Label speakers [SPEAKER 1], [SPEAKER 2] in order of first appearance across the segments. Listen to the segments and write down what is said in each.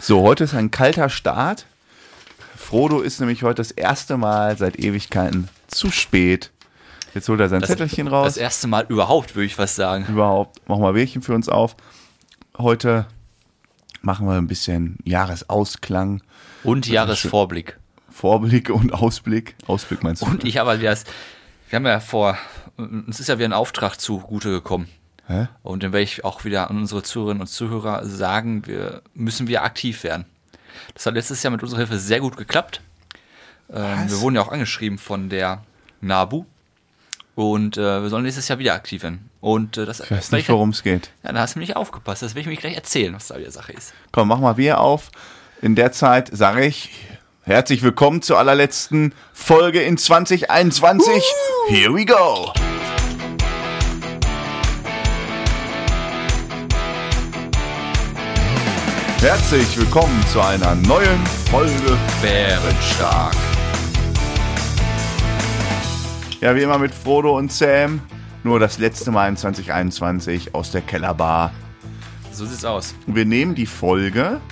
[SPEAKER 1] So, heute ist ein kalter Start. Frodo ist nämlich heute das erste Mal seit Ewigkeiten zu spät. Jetzt holt er sein Zettelchen raus.
[SPEAKER 2] Das erste Mal überhaupt, würde ich fast sagen.
[SPEAKER 1] überhaupt. Mach mal Bierchen für uns auf. Heute machen wir ein bisschen Jahresausklang,
[SPEAKER 2] Und Jahresvorblick.
[SPEAKER 1] Vorblick und Ausblick. Ausblick meinst du?
[SPEAKER 2] Und ich habe halt wieder das, wir haben ja vor, uns ist ja wieder ein Auftrag zugute gekommen.
[SPEAKER 1] Hä?
[SPEAKER 2] Und den werde ich auch wieder an unsere Zuhörerinnen und Zuhörer sagen, wir müssen wir aktiv werden. Das hat letztes Jahr mit unserer Hilfe sehr gut geklappt. Ähm,
[SPEAKER 1] Was?
[SPEAKER 2] wir wurden ja auch angeschrieben von der NABU. Und äh, wir sollen nächstes Jahr wieder aktiv werden. Und äh, das
[SPEAKER 1] Ich weiß nicht, worum es geht.
[SPEAKER 2] Ja, da hast du mir nicht aufgepasst. Das will ich mir gleich erzählen, was da wieder Sache ist.
[SPEAKER 1] Komm, mach mal Bier auf. In der Zeit sage ich herzlich willkommen zur allerletzten Folge in 2021. Here we go. Herzlich willkommen zu einer neuen Folge
[SPEAKER 2] Bärenstark.
[SPEAKER 1] Ja, wie immer mit Frodo und Sam. Nur das letzte Mal in 2021 aus der Kellerbar.
[SPEAKER 2] So sieht's aus.
[SPEAKER 1] Und wir nehmen die Folge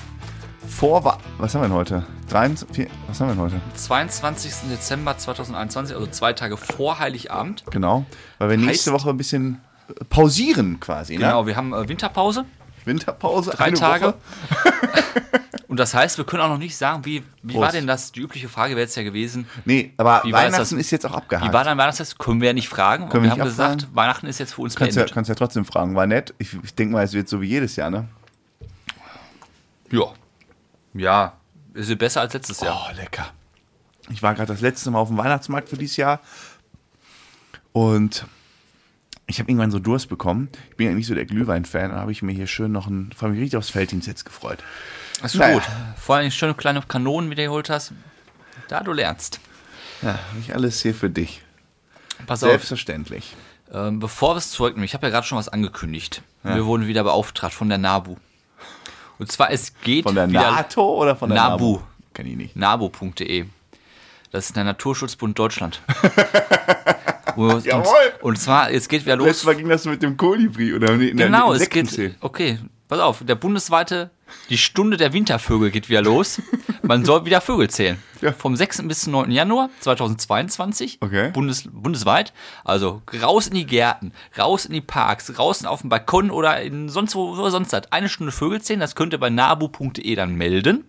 [SPEAKER 1] vor. Wa- Was haben wir denn heute? 23, was haben wir denn heute?
[SPEAKER 2] 22. Dezember 2021, also zwei Tage vor Heiligabend.
[SPEAKER 1] Genau. Weil wir nächste Woche ein bisschen äh, pausieren quasi. Ne?
[SPEAKER 2] Genau, wir haben äh, Winterpause,
[SPEAKER 1] Winterpause.
[SPEAKER 2] drei
[SPEAKER 1] eine
[SPEAKER 2] Tage.
[SPEAKER 1] Woche.
[SPEAKER 2] Und das heißt, wir können auch noch nicht sagen, wie, wie
[SPEAKER 1] Prost.
[SPEAKER 2] war denn das? Die übliche Frage wäre jetzt ja gewesen.
[SPEAKER 1] Nee, aber
[SPEAKER 2] Wie war das?
[SPEAKER 1] Weihnachten ist jetzt auch abgehakt.
[SPEAKER 2] Wie war dann Weihnachtsfest? Können wir ja nicht fragen.
[SPEAKER 1] Können
[SPEAKER 2] wir
[SPEAKER 1] wir
[SPEAKER 2] haben
[SPEAKER 1] nicht abfragen?
[SPEAKER 2] gesagt, Weihnachten ist jetzt für uns
[SPEAKER 1] kannst, ja,
[SPEAKER 2] beendet.
[SPEAKER 1] kannst ja trotzdem fragen. War nett. Ich, ich denke mal, es wird so wie jedes Jahr, ne?
[SPEAKER 2] Ja. Ja. Ist ja besser als letztes Jahr.
[SPEAKER 1] Oh, lecker. Ich war gerade das letzte Mal auf dem Weihnachtsmarkt für dieses Jahr. Und ich habe irgendwann so Durst bekommen. Ich bin ja nicht so der Glühwein-Fan. Dann habe ich mir hier schön noch ein Familie aufs Felddienst gefreut.
[SPEAKER 2] Das ist
[SPEAKER 1] naja.
[SPEAKER 2] gut. Vor allem schöne kleine Kanonen, die du geholt hast. Da du lernst.
[SPEAKER 1] Ja, habe ich alles hier für dich.
[SPEAKER 2] Pass auf.
[SPEAKER 1] Selbstverständlich.
[SPEAKER 2] Ähm, bevor wir es zurücknehmen, ich habe ja gerade schon was angekündigt. Wir wurden wieder beauftragt von der NABU. Und zwar, es geht
[SPEAKER 1] Von der
[SPEAKER 2] wieder
[SPEAKER 1] NATO oder von der
[SPEAKER 2] Nabu.
[SPEAKER 1] NABU? Kenn ich nicht.
[SPEAKER 2] nabo.de. Das ist der Naturschutzbund Deutschland. und,
[SPEAKER 1] Jawohl.
[SPEAKER 2] und zwar, jetzt geht wieder los.
[SPEAKER 1] Letztes Mal ging das mit dem Kolibri oder nee, in der
[SPEAKER 2] Genau, es
[SPEAKER 1] Insektenzähne.
[SPEAKER 2] geht. Okay, pass auf, der bundesweite, die Stunde der Wintervögel geht wieder los. Man soll wieder Vögel zählen.
[SPEAKER 1] Ja.
[SPEAKER 2] Vom 6. bis zum 9. Januar 2022.
[SPEAKER 1] Okay.
[SPEAKER 2] Bundes, bundesweit. Also raus in die Gärten, raus in die Parks, draußen auf dem Balkon oder in sonst wo, wo sonst hat. Eine Stunde Vögel zählen, das könnt ihr bei nabu.de dann melden.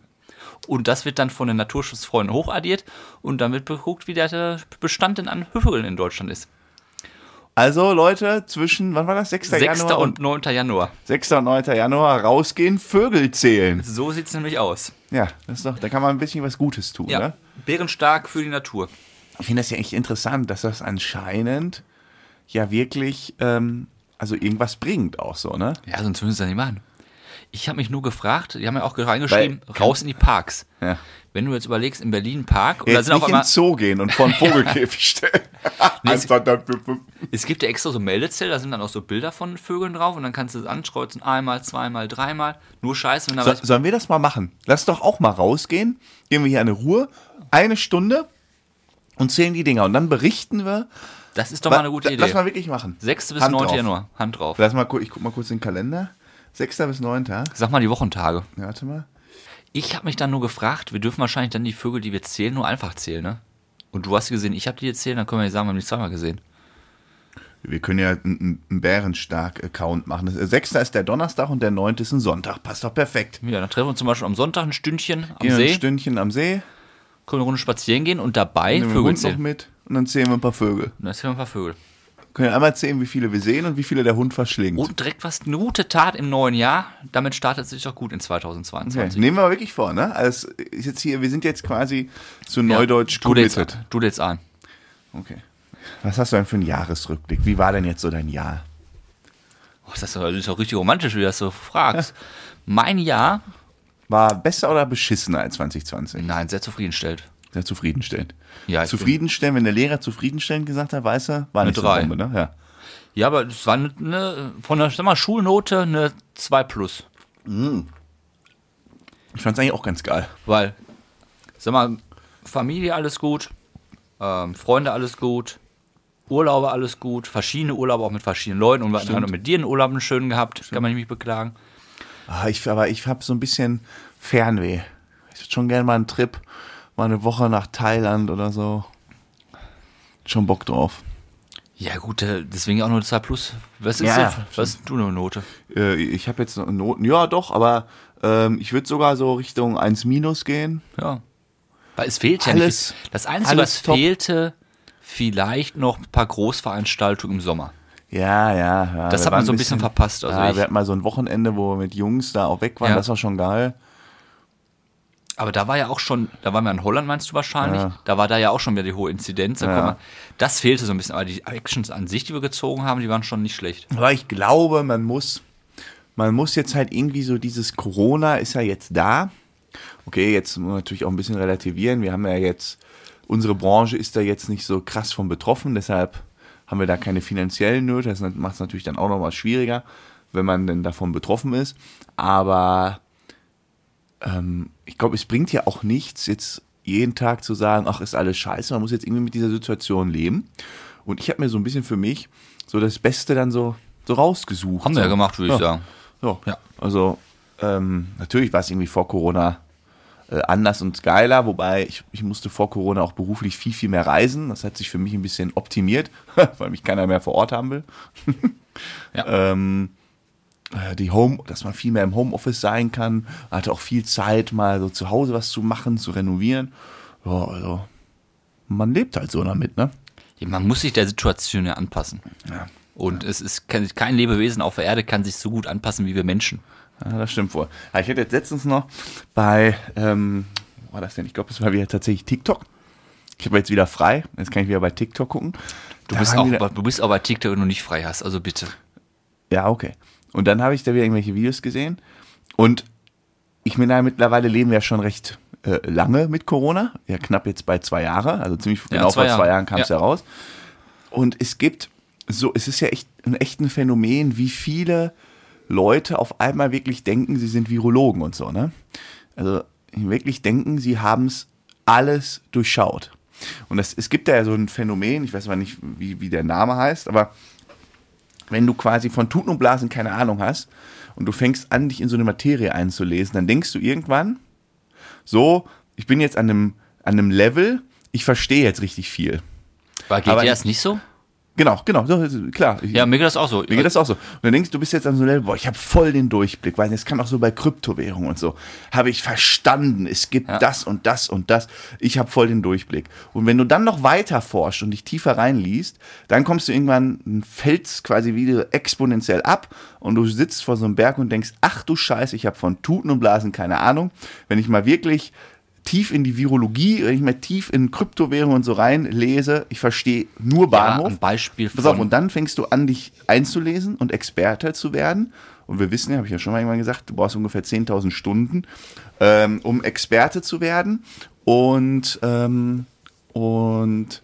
[SPEAKER 2] Und das wird dann von den Naturschutzfreunden hochaddiert und dann wird geguckt, wie der äh, Bestand denn an Vögeln in Deutschland ist.
[SPEAKER 1] Also Leute, zwischen, wann war das? 6.
[SPEAKER 2] 6.
[SPEAKER 1] Januar
[SPEAKER 2] und 9. Januar.
[SPEAKER 1] 6. und 9. Januar rausgehen, Vögel zählen.
[SPEAKER 2] So sieht es nämlich aus.
[SPEAKER 1] Ja, das ist doch, da kann man ein bisschen was Gutes tun,
[SPEAKER 2] Ja,
[SPEAKER 1] ne?
[SPEAKER 2] bärenstark für die Natur.
[SPEAKER 1] Ich finde das ja echt interessant, dass das anscheinend ja wirklich, ähm, also irgendwas bringt auch so, ne?
[SPEAKER 2] Ja, sonst würden sie das nicht machen. Ich habe mich nur gefragt, die haben ja auch reingeschrieben,
[SPEAKER 1] Weil-
[SPEAKER 2] raus in die Parks.
[SPEAKER 1] Ja.
[SPEAKER 2] Wenn du jetzt überlegst, in Berlin einen Park, und da
[SPEAKER 1] Jetzt
[SPEAKER 2] sind
[SPEAKER 1] nicht
[SPEAKER 2] auf
[SPEAKER 1] in den
[SPEAKER 2] einmal,
[SPEAKER 1] Zoo gehen und vor einen Vogelkäfig stellen. Anstatt dann-
[SPEAKER 2] es gibt ja extra so Meldezettel, da sind dann auch so Bilder von Vögeln drauf und dann kannst du es ankreuzen, einmal, zweimal, dreimal. Nur Scheiße, wenn da
[SPEAKER 1] so,
[SPEAKER 2] was.
[SPEAKER 1] sollen wir das mal machen? Lass doch auch mal rausgehen, gehen wir hier eine Ruhe, eine Stunde und zählen die Dinger und dann berichten wir.
[SPEAKER 2] Das ist doch mal eine
[SPEAKER 1] Da-
[SPEAKER 2] gute Idee.
[SPEAKER 1] Lass mal wirklich machen.
[SPEAKER 2] 6. bis
[SPEAKER 1] Hand
[SPEAKER 2] 9.
[SPEAKER 1] drauf.
[SPEAKER 2] Januar, Hand drauf.
[SPEAKER 1] Lass mal, gu- ich guck mal kurz den Kalender. 6. bis 9. Ja,
[SPEAKER 2] Sag mal die Wochentage.
[SPEAKER 1] warte mal.
[SPEAKER 2] Ich habe mich dann nur gefragt, wir dürfen wahrscheinlich dann die Vögel, die wir zählen, nur einfach zählen, ne? Und du hast sie gesehen, ich habe die jetzt zählen, dann können wir nicht sagen, wir haben die zweimal gesehen.
[SPEAKER 1] Wir können ja einen, einen Bärenstark-Account machen. Das- Der 6. ist der Donnerstag und der 9. ist ein Sonntag. Passt doch perfekt.
[SPEAKER 2] Ja, dann treffen wir uns zum Beispiel am Sonntag ein Stündchen am
[SPEAKER 1] Gehen wir ein
[SPEAKER 2] See.
[SPEAKER 1] Stündchen am See,
[SPEAKER 2] können eine Runde spazieren gehen und dabei
[SPEAKER 1] nehmen den
[SPEAKER 2] Vögel
[SPEAKER 1] Hund noch
[SPEAKER 2] zählen.
[SPEAKER 1] mit und dann zählen wir ein paar Vögel.
[SPEAKER 2] Und dann zählen wir ein paar Vögel.
[SPEAKER 1] Können wir einmal zählen, wie viele wir sehen und wie viele der Hund verschlingt.
[SPEAKER 2] Und direkt was, eine gute Tat im neuen Jahr. Damit startet es sich doch gut in 2022.
[SPEAKER 1] Okay. Nehmen wir mal wirklich vor, ne? Also es ist jetzt hier, wir sind jetzt quasi zu
[SPEAKER 2] Ja,
[SPEAKER 1] Neudeutsch
[SPEAKER 2] du lädst
[SPEAKER 1] committed.
[SPEAKER 2] an. Du lädst an.
[SPEAKER 1] Okay. Was hast du denn für einen Jahresrückblick? Wie war denn jetzt so dein Jahr?
[SPEAKER 2] Oh, das ist doch- das ist doch richtig romantisch, wie du das so fragst. Mein Jahr,
[SPEAKER 1] War besser oder beschissener als 2020?
[SPEAKER 2] nein, sehr zufriedenstellend.
[SPEAKER 1] Sehr zufriedenstellend.
[SPEAKER 2] Ja, ich
[SPEAKER 1] zufriedenstellend, wenn der Lehrer zufriedenstellend gesagt hat, weiß er, war nicht so
[SPEAKER 2] drei.
[SPEAKER 1] eine Bombe, ne? Ja.
[SPEAKER 2] Ja, aber es war eine, eine, von der sag mal, Schulnote eine 2 plus.
[SPEAKER 1] Ich fand's eigentlich auch ganz geil.
[SPEAKER 2] Weil, sag mal, Familie alles gut, ähm, Freunde alles gut, Urlaube alles gut, verschiedene Urlaube auch mit verschiedenen Leuten. Und wir hatten halt
[SPEAKER 1] Stimmt.
[SPEAKER 2] auch mit dir einen Urlaub einen schönen gehabt, kann man nicht mich beklagen.
[SPEAKER 1] Ah, ich, aber ich habe so ein bisschen Fernweh. Ich hätte schon gerne mal einen Trip, mal eine Woche nach Thailand oder so. Schon Bock drauf.
[SPEAKER 2] Ja, gut, äh, deswegen auch nur 2 Plus. Was ist,
[SPEAKER 1] Ja,
[SPEAKER 2] denn,
[SPEAKER 1] ja,
[SPEAKER 2] was ist denn du eine Note?
[SPEAKER 1] Äh, ich habe jetzt noch Noten, ja doch, aber ähm, ich würde sogar so Richtung 1 minus gehen.
[SPEAKER 2] Ja. Weil es fehlt
[SPEAKER 1] Alles-
[SPEAKER 2] ja nicht. Das Einzige,
[SPEAKER 1] alles
[SPEAKER 2] was
[SPEAKER 1] top.
[SPEAKER 2] fehlte, vielleicht noch ein paar Großveranstaltungen im Sommer.
[SPEAKER 1] Ja, ja, ja.
[SPEAKER 2] Das
[SPEAKER 1] wir
[SPEAKER 2] hat man
[SPEAKER 1] waren
[SPEAKER 2] so ein bisschen verpasst, also
[SPEAKER 1] ja,
[SPEAKER 2] ich-
[SPEAKER 1] wir hatten mal so ein Wochenende, wo wir mit Jungs da auch weg waren,
[SPEAKER 2] Ja.
[SPEAKER 1] das war schon geil.
[SPEAKER 2] Aber da war ja auch schon, da waren wir in Holland, meinst du wahrscheinlich?
[SPEAKER 1] Ja.
[SPEAKER 2] Da war da ja auch schon wieder die hohe Inzidenz. Da
[SPEAKER 1] Ja.
[SPEAKER 2] kann man, das fehlte so ein bisschen. Aber die Actions an sich, die wir gezogen haben, die waren schon nicht schlecht.
[SPEAKER 1] Aber ich glaube, man muss, man muss jetzt halt irgendwie so dieses Corona ist ja jetzt da. Okay, jetzt muss man natürlich auch ein bisschen relativieren. Wir haben ja jetzt, unsere Branche ist da jetzt nicht so krass von betroffen, deshalb haben wir da keine finanziellen Nöte. Das macht es natürlich dann auch nochmal schwieriger, wenn man denn davon betroffen ist. Aber ähm, ich glaube, es bringt ja auch nichts, jetzt jeden Tag zu sagen, ach, ist alles scheiße, man muss jetzt irgendwie mit dieser Situation leben. Und ich habe mir so ein bisschen für mich so das Beste dann so, so rausgesucht.
[SPEAKER 2] Haben wir
[SPEAKER 1] so.
[SPEAKER 2] ja gemacht, würde ich sagen.
[SPEAKER 1] So,
[SPEAKER 2] Ja.
[SPEAKER 1] Also, ähm, natürlich war es irgendwie vor Corona äh, anders und geiler, wobei ich, ich musste vor Corona auch beruflich viel, viel mehr reisen. Das hat sich für mich ein bisschen optimiert, weil mich keiner mehr vor Ort haben will.
[SPEAKER 2] Ja.
[SPEAKER 1] ähm, äh, die Home, dass man viel mehr im Homeoffice sein kann, hatte auch viel Zeit, mal so zu Hause was zu machen, zu renovieren. Ja, also, man lebt halt so damit, ne?
[SPEAKER 2] Ja, man muss sich der Situation ja anpassen. Und es ist kein, kein Lebewesen auf der Erde kann sich so gut anpassen wie wir Menschen.
[SPEAKER 1] Ja, das stimmt wohl. Ah, Ich hatte jetzt letztens noch bei, ähm, wo war das denn? Ich glaube, das war wieder tatsächlich TikTok. Ich habe jetzt wieder frei. Jetzt kann ich wieder bei TikTok gucken.
[SPEAKER 2] Du bist, auch,
[SPEAKER 1] wieder,
[SPEAKER 2] bei- du bist auch bei TikTok, wenn du nicht frei hast. Also bitte.
[SPEAKER 1] Ja, okay. Und dann habe ich da wieder irgendwelche Videos gesehen. Und ich meine, mittlerweile leben wir schon recht äh, lange mit Corona. Ja, knapp jetzt bei zwei Jahre. Also ziemlich
[SPEAKER 2] Ja,
[SPEAKER 1] genau
[SPEAKER 2] zwei
[SPEAKER 1] vor zwei
[SPEAKER 2] Jahre.
[SPEAKER 1] Jahren kam es
[SPEAKER 2] Ja.
[SPEAKER 1] ja raus. Und es gibt so, es ist ja echt ein echten Phänomen, wie viele Leute auf einmal wirklich denken, sie sind Virologen und so, ne? Also wirklich denken, sie haben es alles durchschaut. Und das, es gibt da ja so ein Phänomen, ich weiß mal nicht, wie, wie der Name heißt, aber wenn du quasi von Tuten und Blasen keine Ahnung hast und du fängst an, dich in so eine Materie einzulesen, dann denkst du irgendwann, so, ich bin jetzt an einem, an einem Level, ich verstehe jetzt richtig viel.
[SPEAKER 2] Bei GTA
[SPEAKER 1] Aber-
[SPEAKER 2] ist nicht so?
[SPEAKER 1] Genau, genau, so, so, klar. Ich-
[SPEAKER 2] Ja, mir geht das auch so.
[SPEAKER 1] mir geht das auch so. Und dann denkst du, du bist jetzt an so einem Level, boah, ich habe voll den Durchblick, weil das kann auch so bei Kryptowährungen und so. Habe ich verstanden, es gibt
[SPEAKER 2] Ja.
[SPEAKER 1] das und das und das. Ich habe voll den Durchblick. Und wenn du dann noch weiter forschst und dich tiefer reinliest, dann kommst du irgendwann, fällt's quasi wieder exponentiell ab und du sitzt vor so einem Berg und denkst, ach du Scheiße, ich habe von Tuten und Blasen keine Ahnung. Wenn ich mal wirklich tief in die Virologie, wenn ich mal tief in Kryptowährungen und so reinlese, ich verstehe nur Bahnhof.
[SPEAKER 2] ein Beispiel
[SPEAKER 1] Pass auf,
[SPEAKER 2] von-
[SPEAKER 1] und dann fängst du an, dich einzulesen und Experte zu werden. Und wir wissen ja, habe ich ja schon mal irgendwann gesagt, du brauchst ungefähr 10.000 Stunden, ähm, um Experte zu werden. Und, ähm, und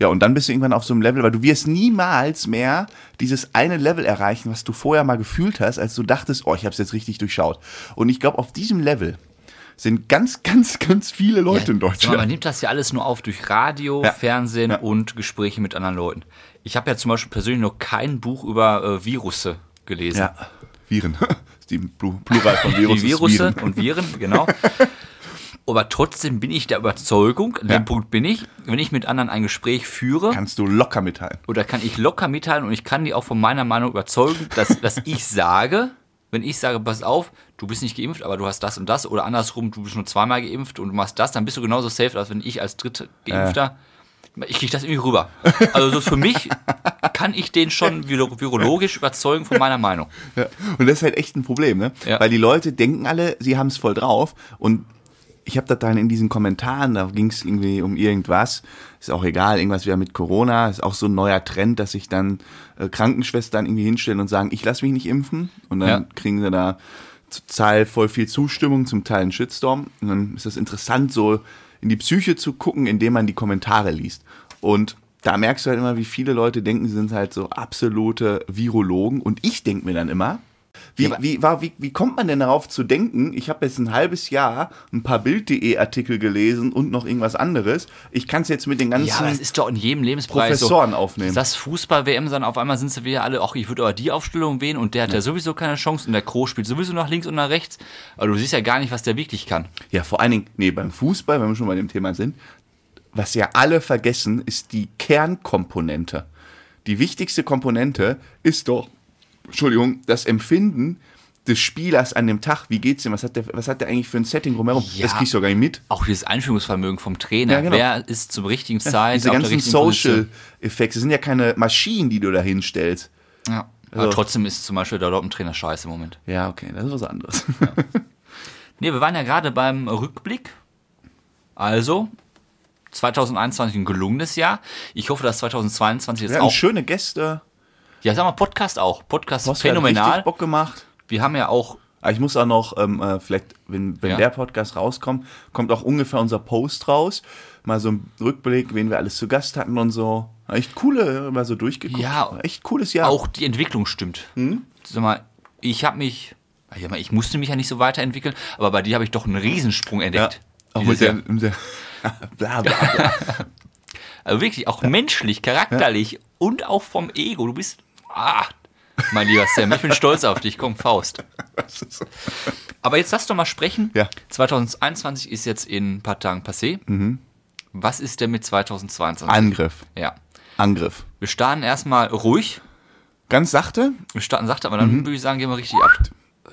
[SPEAKER 1] ja, und dann bist du irgendwann auf so einem Level, weil du wirst niemals mehr dieses eine Level erreichen, was du vorher mal gefühlt hast, als du dachtest, oh, ich habe es jetzt richtig durchschaut. Und ich glaube, auf diesem Level sind ganz, ganz, ganz viele Leute in
[SPEAKER 2] sag mal, Man
[SPEAKER 1] Deutschland.
[SPEAKER 2] nimmt das ja alles nur auf durch Radio,
[SPEAKER 1] Ja.
[SPEAKER 2] Fernsehen
[SPEAKER 1] Ja.
[SPEAKER 2] und Gespräche mit anderen Leuten. Ich habe ja zum Beispiel persönlich noch kein Buch über äh, Virusse gelesen.
[SPEAKER 1] Ja, Viren. Die Plu- Plural von Virus
[SPEAKER 2] Die
[SPEAKER 1] ist
[SPEAKER 2] Virusse
[SPEAKER 1] Viren.
[SPEAKER 2] und Viren, genau. Aber trotzdem bin ich der Überzeugung, an dem
[SPEAKER 1] Ja.
[SPEAKER 2] Punkt bin ich, wenn ich mit anderen ein Gespräch führe,
[SPEAKER 1] kannst du locker mitteilen.
[SPEAKER 2] oder kann ich locker mitteilen und ich kann die auch von meiner Meinung überzeugen, dass, dass ich sage, wenn ich sage, pass auf, du bist nicht geimpft, aber du hast das und das oder andersrum, du bist nur zweimal geimpft und du machst das, dann bist du genauso safe, als wenn ich als Drittgeimpfter, ich kriege das irgendwie rüber. Also so für mich kann ich den schon viro- virologisch überzeugen von meiner Meinung.
[SPEAKER 1] Ja. Und das ist halt echt ein Problem, ne?
[SPEAKER 2] Ja.
[SPEAKER 1] Weil die Leute denken alle, sie haben es voll drauf. Und ich habe das dann in diesen Kommentaren, da ging es irgendwie um irgendwas, ist auch egal, irgendwas wieder mit Corona, ist auch so ein neuer Trend, dass sich dann äh, Krankenschwestern irgendwie hinstellen und sagen, ich lasse mich nicht impfen. Und dann
[SPEAKER 2] Ja.
[SPEAKER 1] kriegen sie da zum Teil voll viel Zustimmung, zum Teil einen Shitstorm. Und dann ist das interessant, so in die Psyche zu gucken, indem man die Kommentare liest. Und da merkst du halt immer, wie viele Leute denken, sie sind halt so absolute Virologen. Und ich denke mir dann immer, Wie,
[SPEAKER 2] Ja, aber-
[SPEAKER 1] wie, war, wie, wie kommt man denn darauf zu denken, ich habe jetzt ein halbes Jahr ein paar Bild.de Artikel gelesen und noch irgendwas anderes. Ich kann es jetzt mit den ganzen.
[SPEAKER 2] Ja, aber das ist doch in jedem Lebensbereich
[SPEAKER 1] Professoren
[SPEAKER 2] so.
[SPEAKER 1] aufnehmen.
[SPEAKER 2] Das Fußball-WM, dann auf einmal sind sie wieder alle, ach, ich würde aber die Aufstellung wählen und der hat ja sowieso keine Chance und der Kroh spielt sowieso nach links und nach rechts. Also du siehst ja gar nicht, was der wirklich kann.
[SPEAKER 1] Ja, vor allen Dingen, nee, beim Fußball, wenn wir schon bei dem Thema sind, was ja alle vergessen, ist die Kernkomponente. Die wichtigste Komponente ist doch, Entschuldigung, das Empfinden des Spielers an dem Tag. Wie geht's ihm? Was hat der, was hat der eigentlich für ein Setting drumherum?
[SPEAKER 2] Ja.
[SPEAKER 1] Das kriegst du doch gar nicht mit.
[SPEAKER 2] Auch dieses Einführungsvermögen vom Trainer.
[SPEAKER 1] Ja, genau.
[SPEAKER 2] Wer ist zum richtigen Zeit?
[SPEAKER 1] Diese
[SPEAKER 2] auf der
[SPEAKER 1] ganzen
[SPEAKER 2] richtigen Position?
[SPEAKER 1] Social-Effekte sind ja keine Maschinen, die du da hinstellst.
[SPEAKER 2] Ja. Aber
[SPEAKER 1] Also.
[SPEAKER 2] trotzdem ist zum Beispiel der Dortmund-Trainer scheiße im Moment.
[SPEAKER 1] Ja, okay, das ist was anderes.
[SPEAKER 2] Nee, wir waren ja gerade beim Rückblick. Also, 2021 ein gelungenes Jahr. Ich hoffe, dass 2022 ist
[SPEAKER 1] Wir hatten
[SPEAKER 2] auch.
[SPEAKER 1] schöne Gäste.
[SPEAKER 2] Ja, sag mal, Podcast auch. Podcast
[SPEAKER 1] Post Hat
[SPEAKER 2] phänomenal.
[SPEAKER 1] richtig Bock gemacht.
[SPEAKER 2] Wir haben ja auch
[SPEAKER 1] Aber Ich muss auch noch, ähm, äh, vielleicht, wenn, wenn
[SPEAKER 2] Ja.
[SPEAKER 1] der Podcast rauskommt, kommt auch ungefähr unser Post raus. Mal so ein Rückblick, wen wir alles zu Gast hatten und so. Echt coole, mal so durchgeguckt.
[SPEAKER 2] Ja.
[SPEAKER 1] Echt cooles Jahr.
[SPEAKER 2] auch die Entwicklung stimmt.
[SPEAKER 1] Mhm.
[SPEAKER 2] Sag mal, ich habe mich, ich, sag mal, ich musste mich ja nicht so weiterentwickeln, aber bei dir habe ich doch einen Riesensprung
[SPEAKER 1] Ja.
[SPEAKER 2] entdeckt.
[SPEAKER 1] Auch
[SPEAKER 2] Dieses
[SPEAKER 1] mit der,
[SPEAKER 2] Jahr.
[SPEAKER 1] mit der bla, bla, bla.
[SPEAKER 2] also wirklich, auch menschlich, charakterlich und auch vom Ego. Du bist, ah, mein lieber Sam, ich bin stolz auf dich. Komm, Faust. Aber jetzt lass doch mal sprechen.
[SPEAKER 1] Ja.
[SPEAKER 2] 2021 ist jetzt in ein paar Tagen passé.
[SPEAKER 1] Mhm.
[SPEAKER 2] Was ist denn mit 2022?
[SPEAKER 1] Angriff.
[SPEAKER 2] ja.
[SPEAKER 1] Angriff.
[SPEAKER 2] Wir starten erstmal ruhig.
[SPEAKER 1] Ganz sachte,
[SPEAKER 2] Wir starten sachte, aber dann
[SPEAKER 1] Mhm.
[SPEAKER 2] würde ich sagen, gehen wir richtig ab.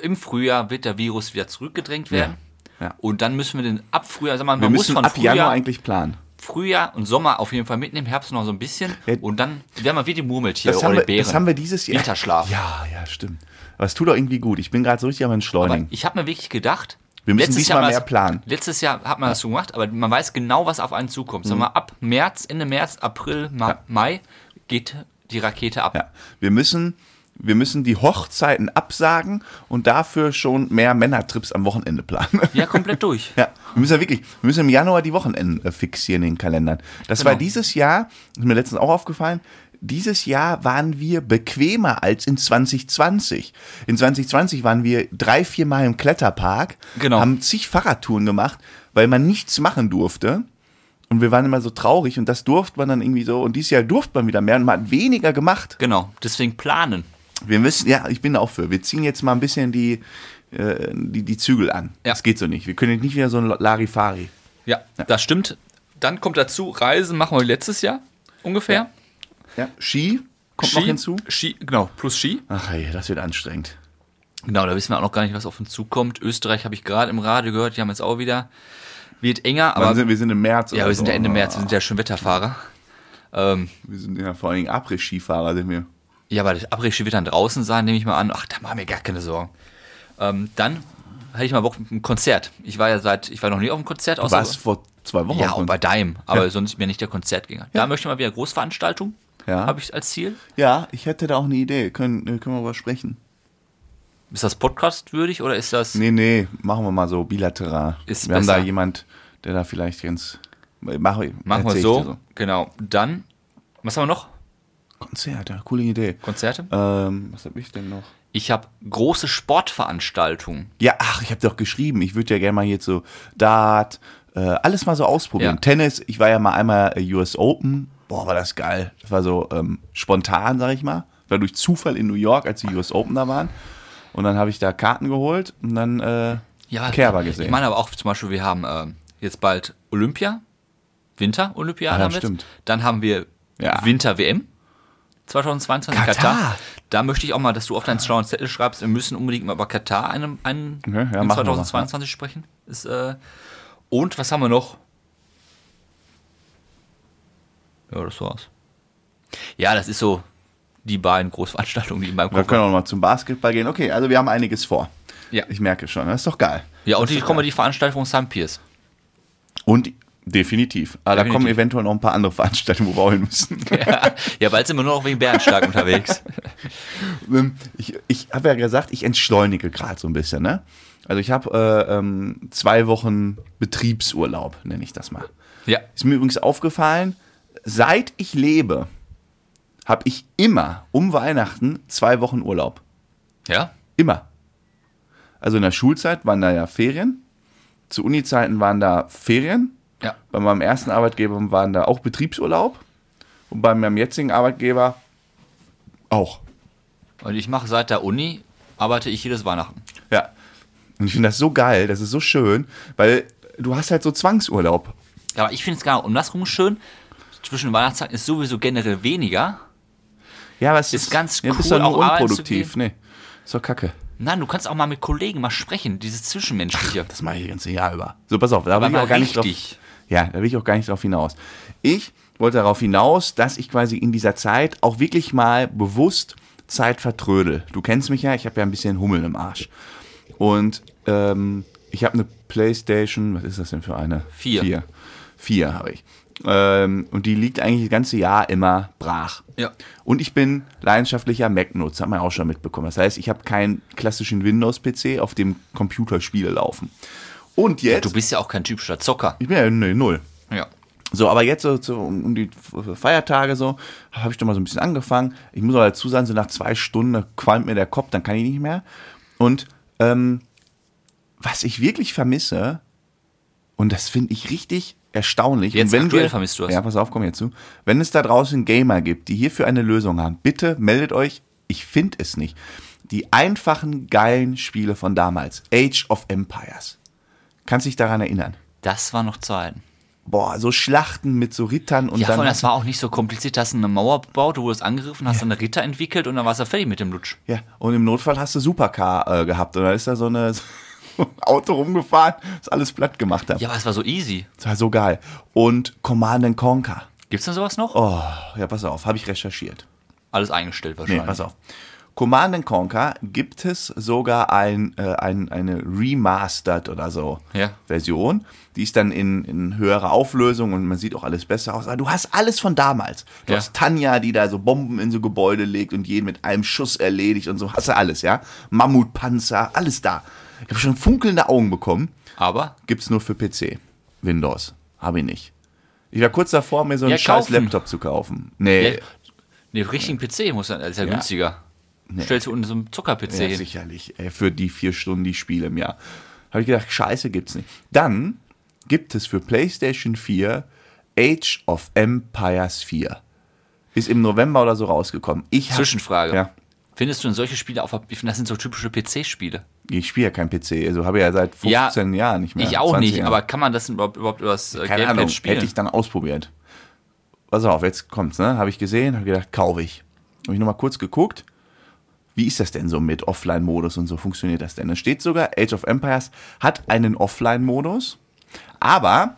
[SPEAKER 2] Im Frühjahr wird der Virus wieder zurückgedrängt werden.
[SPEAKER 1] Ja.
[SPEAKER 2] Und dann müssen wir den ab Frühjahr, sag mal,
[SPEAKER 1] wir
[SPEAKER 2] man muss
[SPEAKER 1] müssen
[SPEAKER 2] von
[SPEAKER 1] ab
[SPEAKER 2] Frühjahr,
[SPEAKER 1] Januar eigentlich planen.
[SPEAKER 2] Frühjahr und Sommer auf jeden Fall mitnehmen, Herbst noch so ein bisschen.
[SPEAKER 1] Ja.
[SPEAKER 2] Und dann werden wir wie die Murmeltiere
[SPEAKER 1] Das
[SPEAKER 2] oder
[SPEAKER 1] haben,
[SPEAKER 2] die
[SPEAKER 1] wir,
[SPEAKER 2] Bären.
[SPEAKER 1] das haben wir dieses Jahr.
[SPEAKER 2] Winterschlaf.
[SPEAKER 1] Ja, ja, stimmt. Aber es tut doch irgendwie gut. Ich bin gerade so richtig am
[SPEAKER 2] Aber
[SPEAKER 1] Entschleunigen.
[SPEAKER 2] ich habe mir wirklich gedacht,
[SPEAKER 1] Wir müssen
[SPEAKER 2] letztes
[SPEAKER 1] diesmal
[SPEAKER 2] Jahr war
[SPEAKER 1] mehr
[SPEAKER 2] das-
[SPEAKER 1] planen.
[SPEAKER 2] Letztes Jahr hat man das so gemacht, aber man weiß genau, was auf einen zukommt. Sag mal, ab März, Ende März, April, Ma
[SPEAKER 1] Mhm. Ja.
[SPEAKER 2] Mai geht die Rakete ab.
[SPEAKER 1] Ja, wir müssen, wir müssen die Hochzeiten absagen und dafür schon mehr Männertrips am Wochenende planen.
[SPEAKER 2] Ja, komplett durch.
[SPEAKER 1] Ja, wir müssen ja wirklich, wir müssen im Januar die Wochenenden äh, fixieren in den Kalendern. Das
[SPEAKER 2] Genau.
[SPEAKER 1] war dieses Jahr, ist mir letztens auch aufgefallen, dieses Jahr waren wir bequemer als in 2020. In 2020 waren wir drei, vier Mal im Kletterpark,
[SPEAKER 2] Genau.
[SPEAKER 1] haben zig Fahrradtouren gemacht, weil man nichts machen durfte. Und wir waren immer so traurig und das durfte man dann irgendwie so. Und dieses Jahr durfte man wieder mehr und man hat weniger gemacht.
[SPEAKER 2] Genau, deswegen planen.
[SPEAKER 1] Wir müssen, ja, ich bin da auch für. Wir ziehen jetzt mal ein bisschen die, äh, die, die Zügel an.
[SPEAKER 2] Ja.
[SPEAKER 1] Das geht so nicht. Wir können jetzt nicht wieder so ein Larifari.
[SPEAKER 2] Ja, das stimmt. Dann kommt dazu, Reisen machen wir letztes Jahr ungefähr.
[SPEAKER 1] Ja. Ski kommt
[SPEAKER 2] Ski,
[SPEAKER 1] noch hinzu.
[SPEAKER 2] Ski, genau, plus Ski.
[SPEAKER 1] Ach je, das wird anstrengend.
[SPEAKER 2] Genau, da wissen wir auch noch gar nicht, was auf uns zukommt. Österreich habe ich gerade im Radio gehört, die haben jetzt auch wieder. Wird enger,
[SPEAKER 1] Wann
[SPEAKER 2] aber
[SPEAKER 1] sind, wir sind im März.
[SPEAKER 2] ja,
[SPEAKER 1] oder
[SPEAKER 2] wir sind
[SPEAKER 1] so.
[SPEAKER 2] ja Ende März, wir sind ja schon Wetterfahrer. Ähm,
[SPEAKER 1] Wir sind ja vor allen Dingen Après-Skifahrer, sind wir.
[SPEAKER 2] ja, aber das Abrechi wird dann draußen sein, nehme ich mal an. Ach, da machen wir gar keine Sorgen. Ähm, dann hätte ich mal Bock mit einem Konzert. Ich war ja seit, ich war noch nie auf einem Konzert. Außer,
[SPEAKER 1] Was vor zwei Wochen?
[SPEAKER 2] Ja,
[SPEAKER 1] auf
[SPEAKER 2] auch
[SPEAKER 1] uns-
[SPEAKER 2] bei Dime, aber sonst mir nicht der Konzertgänger. Da möchte ich mal wieder Großveranstaltung,
[SPEAKER 1] Ja.
[SPEAKER 2] habe ich als Ziel.
[SPEAKER 1] ja, ich hätte da auch eine Idee. Können, äh, können wir darüber sprechen?
[SPEAKER 2] Ist das Podcast würdig oder ist das
[SPEAKER 1] Nee, nee, machen wir mal so bilateral.
[SPEAKER 2] Ist
[SPEAKER 1] wir
[SPEAKER 2] besser.
[SPEAKER 1] haben da jemand, der da vielleicht ganz. Mach,
[SPEAKER 2] Machen
[SPEAKER 1] erzähl
[SPEAKER 2] wir
[SPEAKER 1] ich
[SPEAKER 2] so.
[SPEAKER 1] dir
[SPEAKER 2] Genau. Dann, was haben wir noch?
[SPEAKER 1] Konzert, ja, coole Idee.
[SPEAKER 2] Konzerte?
[SPEAKER 1] Ähm, was habe ich denn noch?
[SPEAKER 2] Ich habe große Sportveranstaltungen.
[SPEAKER 1] Ja, ach, ich habe doch geschrieben, ich würde ja gerne mal hier so Dart, äh, alles mal so ausprobieren.
[SPEAKER 2] Ja.
[SPEAKER 1] Tennis, ich war ja mal einmal äh, US Open, boah, war das geil. Das war so ähm, spontan, sag ich mal. War durch Zufall in New York, als die US Open da waren. Und dann habe ich da Karten geholt und dann äh, Kerber gesehen.
[SPEAKER 2] also Ich meine aber auch zum Beispiel, wir haben ähm, jetzt bald Olympia, Winter-Olympiade
[SPEAKER 1] Ah, ja,
[SPEAKER 2] haben wir jetzt.
[SPEAKER 1] stimmt.
[SPEAKER 2] Dann haben wir
[SPEAKER 1] Ja.
[SPEAKER 2] Winter-WM 2022 in Katar.
[SPEAKER 1] Katar.
[SPEAKER 2] Da möchte ich auch mal, dass du auf deinen schlauen Zettel schreibst, wir müssen unbedingt mal über Katar einen, einen
[SPEAKER 1] Okay, ja, machen wir
[SPEAKER 2] in
[SPEAKER 1] mal,
[SPEAKER 2] 2022 sprechen. Ist, äh, und was haben wir noch? Ja, das war's. Ja, das ist so die beiden Großveranstaltungen, die in meinem
[SPEAKER 1] wir
[SPEAKER 2] Kopf
[SPEAKER 1] können auch mal zum Basketball gehen. Okay, also wir haben einiges vor.
[SPEAKER 2] Ja.
[SPEAKER 1] Ich merke schon, das ist doch geil.
[SPEAKER 2] Ja, und
[SPEAKER 1] Das ist
[SPEAKER 2] die
[SPEAKER 1] doch geil.
[SPEAKER 2] Comedy-Veranstaltung Sam Pierce.
[SPEAKER 1] Und definitiv. Aber da
[SPEAKER 2] Definitiv.
[SPEAKER 1] kommen eventuell noch ein paar andere Veranstaltungen, wo wir auch hin müssen.
[SPEAKER 2] Ja, ja, bald sind wir nur noch wegen Bärenstark unterwegs.
[SPEAKER 1] Ähm, ich, ich habe ja gesagt, ich entschleunige gerade so ein bisschen, ne? Also ich habe äh, ähm, zwei Wochen Betriebsurlaub, nenne ich das mal.
[SPEAKER 2] Ja,
[SPEAKER 1] Ist mir übrigens aufgefallen, seit ich lebe, habe ich immer um Weihnachten zwei Wochen Urlaub.
[SPEAKER 2] ja,
[SPEAKER 1] Immer. Also in der Schulzeit waren da ja Ferien. Zu Uni-Zeiten waren da Ferien.
[SPEAKER 2] Ja.
[SPEAKER 1] Bei meinem ersten Arbeitgeber waren da auch Betriebsurlaub. Und bei meinem jetzigen Arbeitgeber auch.
[SPEAKER 2] Und ich mache seit der Uni, arbeite ich jedes Weihnachten.
[SPEAKER 1] Ja. Und ich finde das so geil, das ist so schön, weil du hast halt so Zwangsurlaub.
[SPEAKER 2] Ja, Aber ich finde es gar nicht andersrum schön. Zwischen Weihnachtstag ist sowieso generell weniger.
[SPEAKER 1] Ja, was
[SPEAKER 2] Ist ganz
[SPEAKER 1] ja, bist
[SPEAKER 2] cool,
[SPEAKER 1] doch nur
[SPEAKER 2] auch arbeiten
[SPEAKER 1] unproduktiv.
[SPEAKER 2] zu
[SPEAKER 1] Nee, ist doch kacke.
[SPEAKER 2] Nein, du kannst auch mal mit Kollegen mal sprechen, dieses Zwischenmenschliche.
[SPEAKER 1] Das mache ich das ganze Jahr über. So, pass auf, da will ich
[SPEAKER 2] mal
[SPEAKER 1] auch gar nicht drauf.
[SPEAKER 2] richtig.
[SPEAKER 1] Ja, da will ich auch gar nicht drauf hinaus. Ich wollte darauf hinaus, dass ich quasi in dieser Zeit auch wirklich mal bewusst Zeit vertrödel. Du kennst mich ja, ich habe ja ein bisschen Hummel im Arsch. Und ähm, ich habe eine Playstation, was ist das denn für eine?
[SPEAKER 2] Vier.
[SPEAKER 1] Vier, Vier habe ich. Ähm, und die liegt eigentlich das ganze Jahr immer brach.
[SPEAKER 2] Ja.
[SPEAKER 1] Und ich bin leidenschaftlicher Mac-Nutzer, hat man auch schon mitbekommen. Das heißt, ich habe keinen klassischen Windows-PC, auf dem Computerspiele laufen. Und jetzt.
[SPEAKER 2] Du bist ja auch kein typischer Zocker.
[SPEAKER 1] ich bin ja nee, null.
[SPEAKER 2] Ja.
[SPEAKER 1] So, aber jetzt so, so um, um die Feiertage so, habe ich doch mal so ein bisschen angefangen. Ich muss aber dazu sagen, so nach zwei Stunden da qualmt mir der Kopf, dann kann ich nicht mehr. Und ähm, was ich wirklich vermisse, und das finde ich richtig erstaunlich.
[SPEAKER 2] Jetzt
[SPEAKER 1] und wenn
[SPEAKER 2] aktuell
[SPEAKER 1] wir,
[SPEAKER 2] vermisst du das.
[SPEAKER 1] Ja, pass auf, komm jetzt zu. Wenn es da draußen Gamer gibt, die hierfür eine Lösung haben, bitte meldet euch. Ich finde es nicht. Die einfachen, geilen Spiele von damals. Age of Empires. Kannst dich daran erinnern?
[SPEAKER 2] Das war noch Zeiten.
[SPEAKER 1] boah, so Schlachten mit so Rittern und
[SPEAKER 2] Ja,
[SPEAKER 1] dann.
[SPEAKER 2] vor allem, das war auch nicht so kompliziert. Da hast du eine Mauer gebaut, du wurdest angegriffen, hast dann eine Ritter entwickelt und dann warst du fertig mit dem Lutsch.
[SPEAKER 1] ja, und im Notfall hast du Supercar äh, gehabt und da ist da so eine so ein Auto rumgefahren, das alles platt gemacht hat.
[SPEAKER 2] Ja, aber es war so easy.
[SPEAKER 1] Das war so geil. Und Command and Conquer.
[SPEAKER 2] Gibt's denn sowas noch?
[SPEAKER 1] Oh, ja, pass auf, habe ich recherchiert.
[SPEAKER 2] Alles eingestellt
[SPEAKER 1] Nee,
[SPEAKER 2] wahrscheinlich.
[SPEAKER 1] pass auf. Command and Conquer gibt es sogar ein, äh, ein, eine Remastered oder so
[SPEAKER 2] Ja.
[SPEAKER 1] Version. Die ist dann in, in höherer Auflösung und man sieht auch alles besser aus. Aber du hast alles von damals. Du
[SPEAKER 2] Ja.
[SPEAKER 1] hast Tanja, die da so Bomben in so Gebäude legt und jeden mit einem Schuss erledigt und so. Hast du alles, ja? Mammutpanzer, alles da. Ich habe schon funkelnde Augen bekommen.
[SPEAKER 2] Aber
[SPEAKER 1] Gibt's nur für PC. Windows. Habe ich nicht. Ich war kurz davor, mir so einen
[SPEAKER 2] Ja,
[SPEAKER 1] scheiß
[SPEAKER 2] kaufen.
[SPEAKER 1] Laptop zu kaufen. Nee.
[SPEAKER 2] Ja, den richtigen PC muss dann, ist ja, günstiger. Stellst du unter so einem Zucker-PC
[SPEAKER 1] Ja,
[SPEAKER 2] hin.
[SPEAKER 1] sicherlich. Ey, für die vier Stunden, die ich spiele im Jahr. Habe ich gedacht, scheiße gibt's nicht. Dann gibt es für PlayStation 4 Age of Empires 4. Ist im November oder so rausgekommen. Ich hab,
[SPEAKER 2] Zwischenfrage.
[SPEAKER 1] Ja,
[SPEAKER 2] Findest du denn solche Spiele auf, der- ich finde, das sind so typische PC-Spiele.
[SPEAKER 1] ich spiele ja kein PC. Also habe ja seit 15 Jahren nicht mehr.
[SPEAKER 2] Ich auch
[SPEAKER 1] 20
[SPEAKER 2] nicht,
[SPEAKER 1] Jahren.
[SPEAKER 2] aber kann man das denn überhaupt, überhaupt über das äh,
[SPEAKER 1] keine
[SPEAKER 2] Gamepad
[SPEAKER 1] Ahnung,
[SPEAKER 2] spielen?
[SPEAKER 1] hätte ich dann ausprobiert. Pass auf, jetzt kommt's, ne? Habe ich gesehen, habe gedacht, kaufe ich. Habe ich nochmal kurz geguckt. Wie ist das denn so mit Offline-Modus und so? Funktioniert das denn? Es steht sogar, Age of Empires hat einen Offline-Modus, aber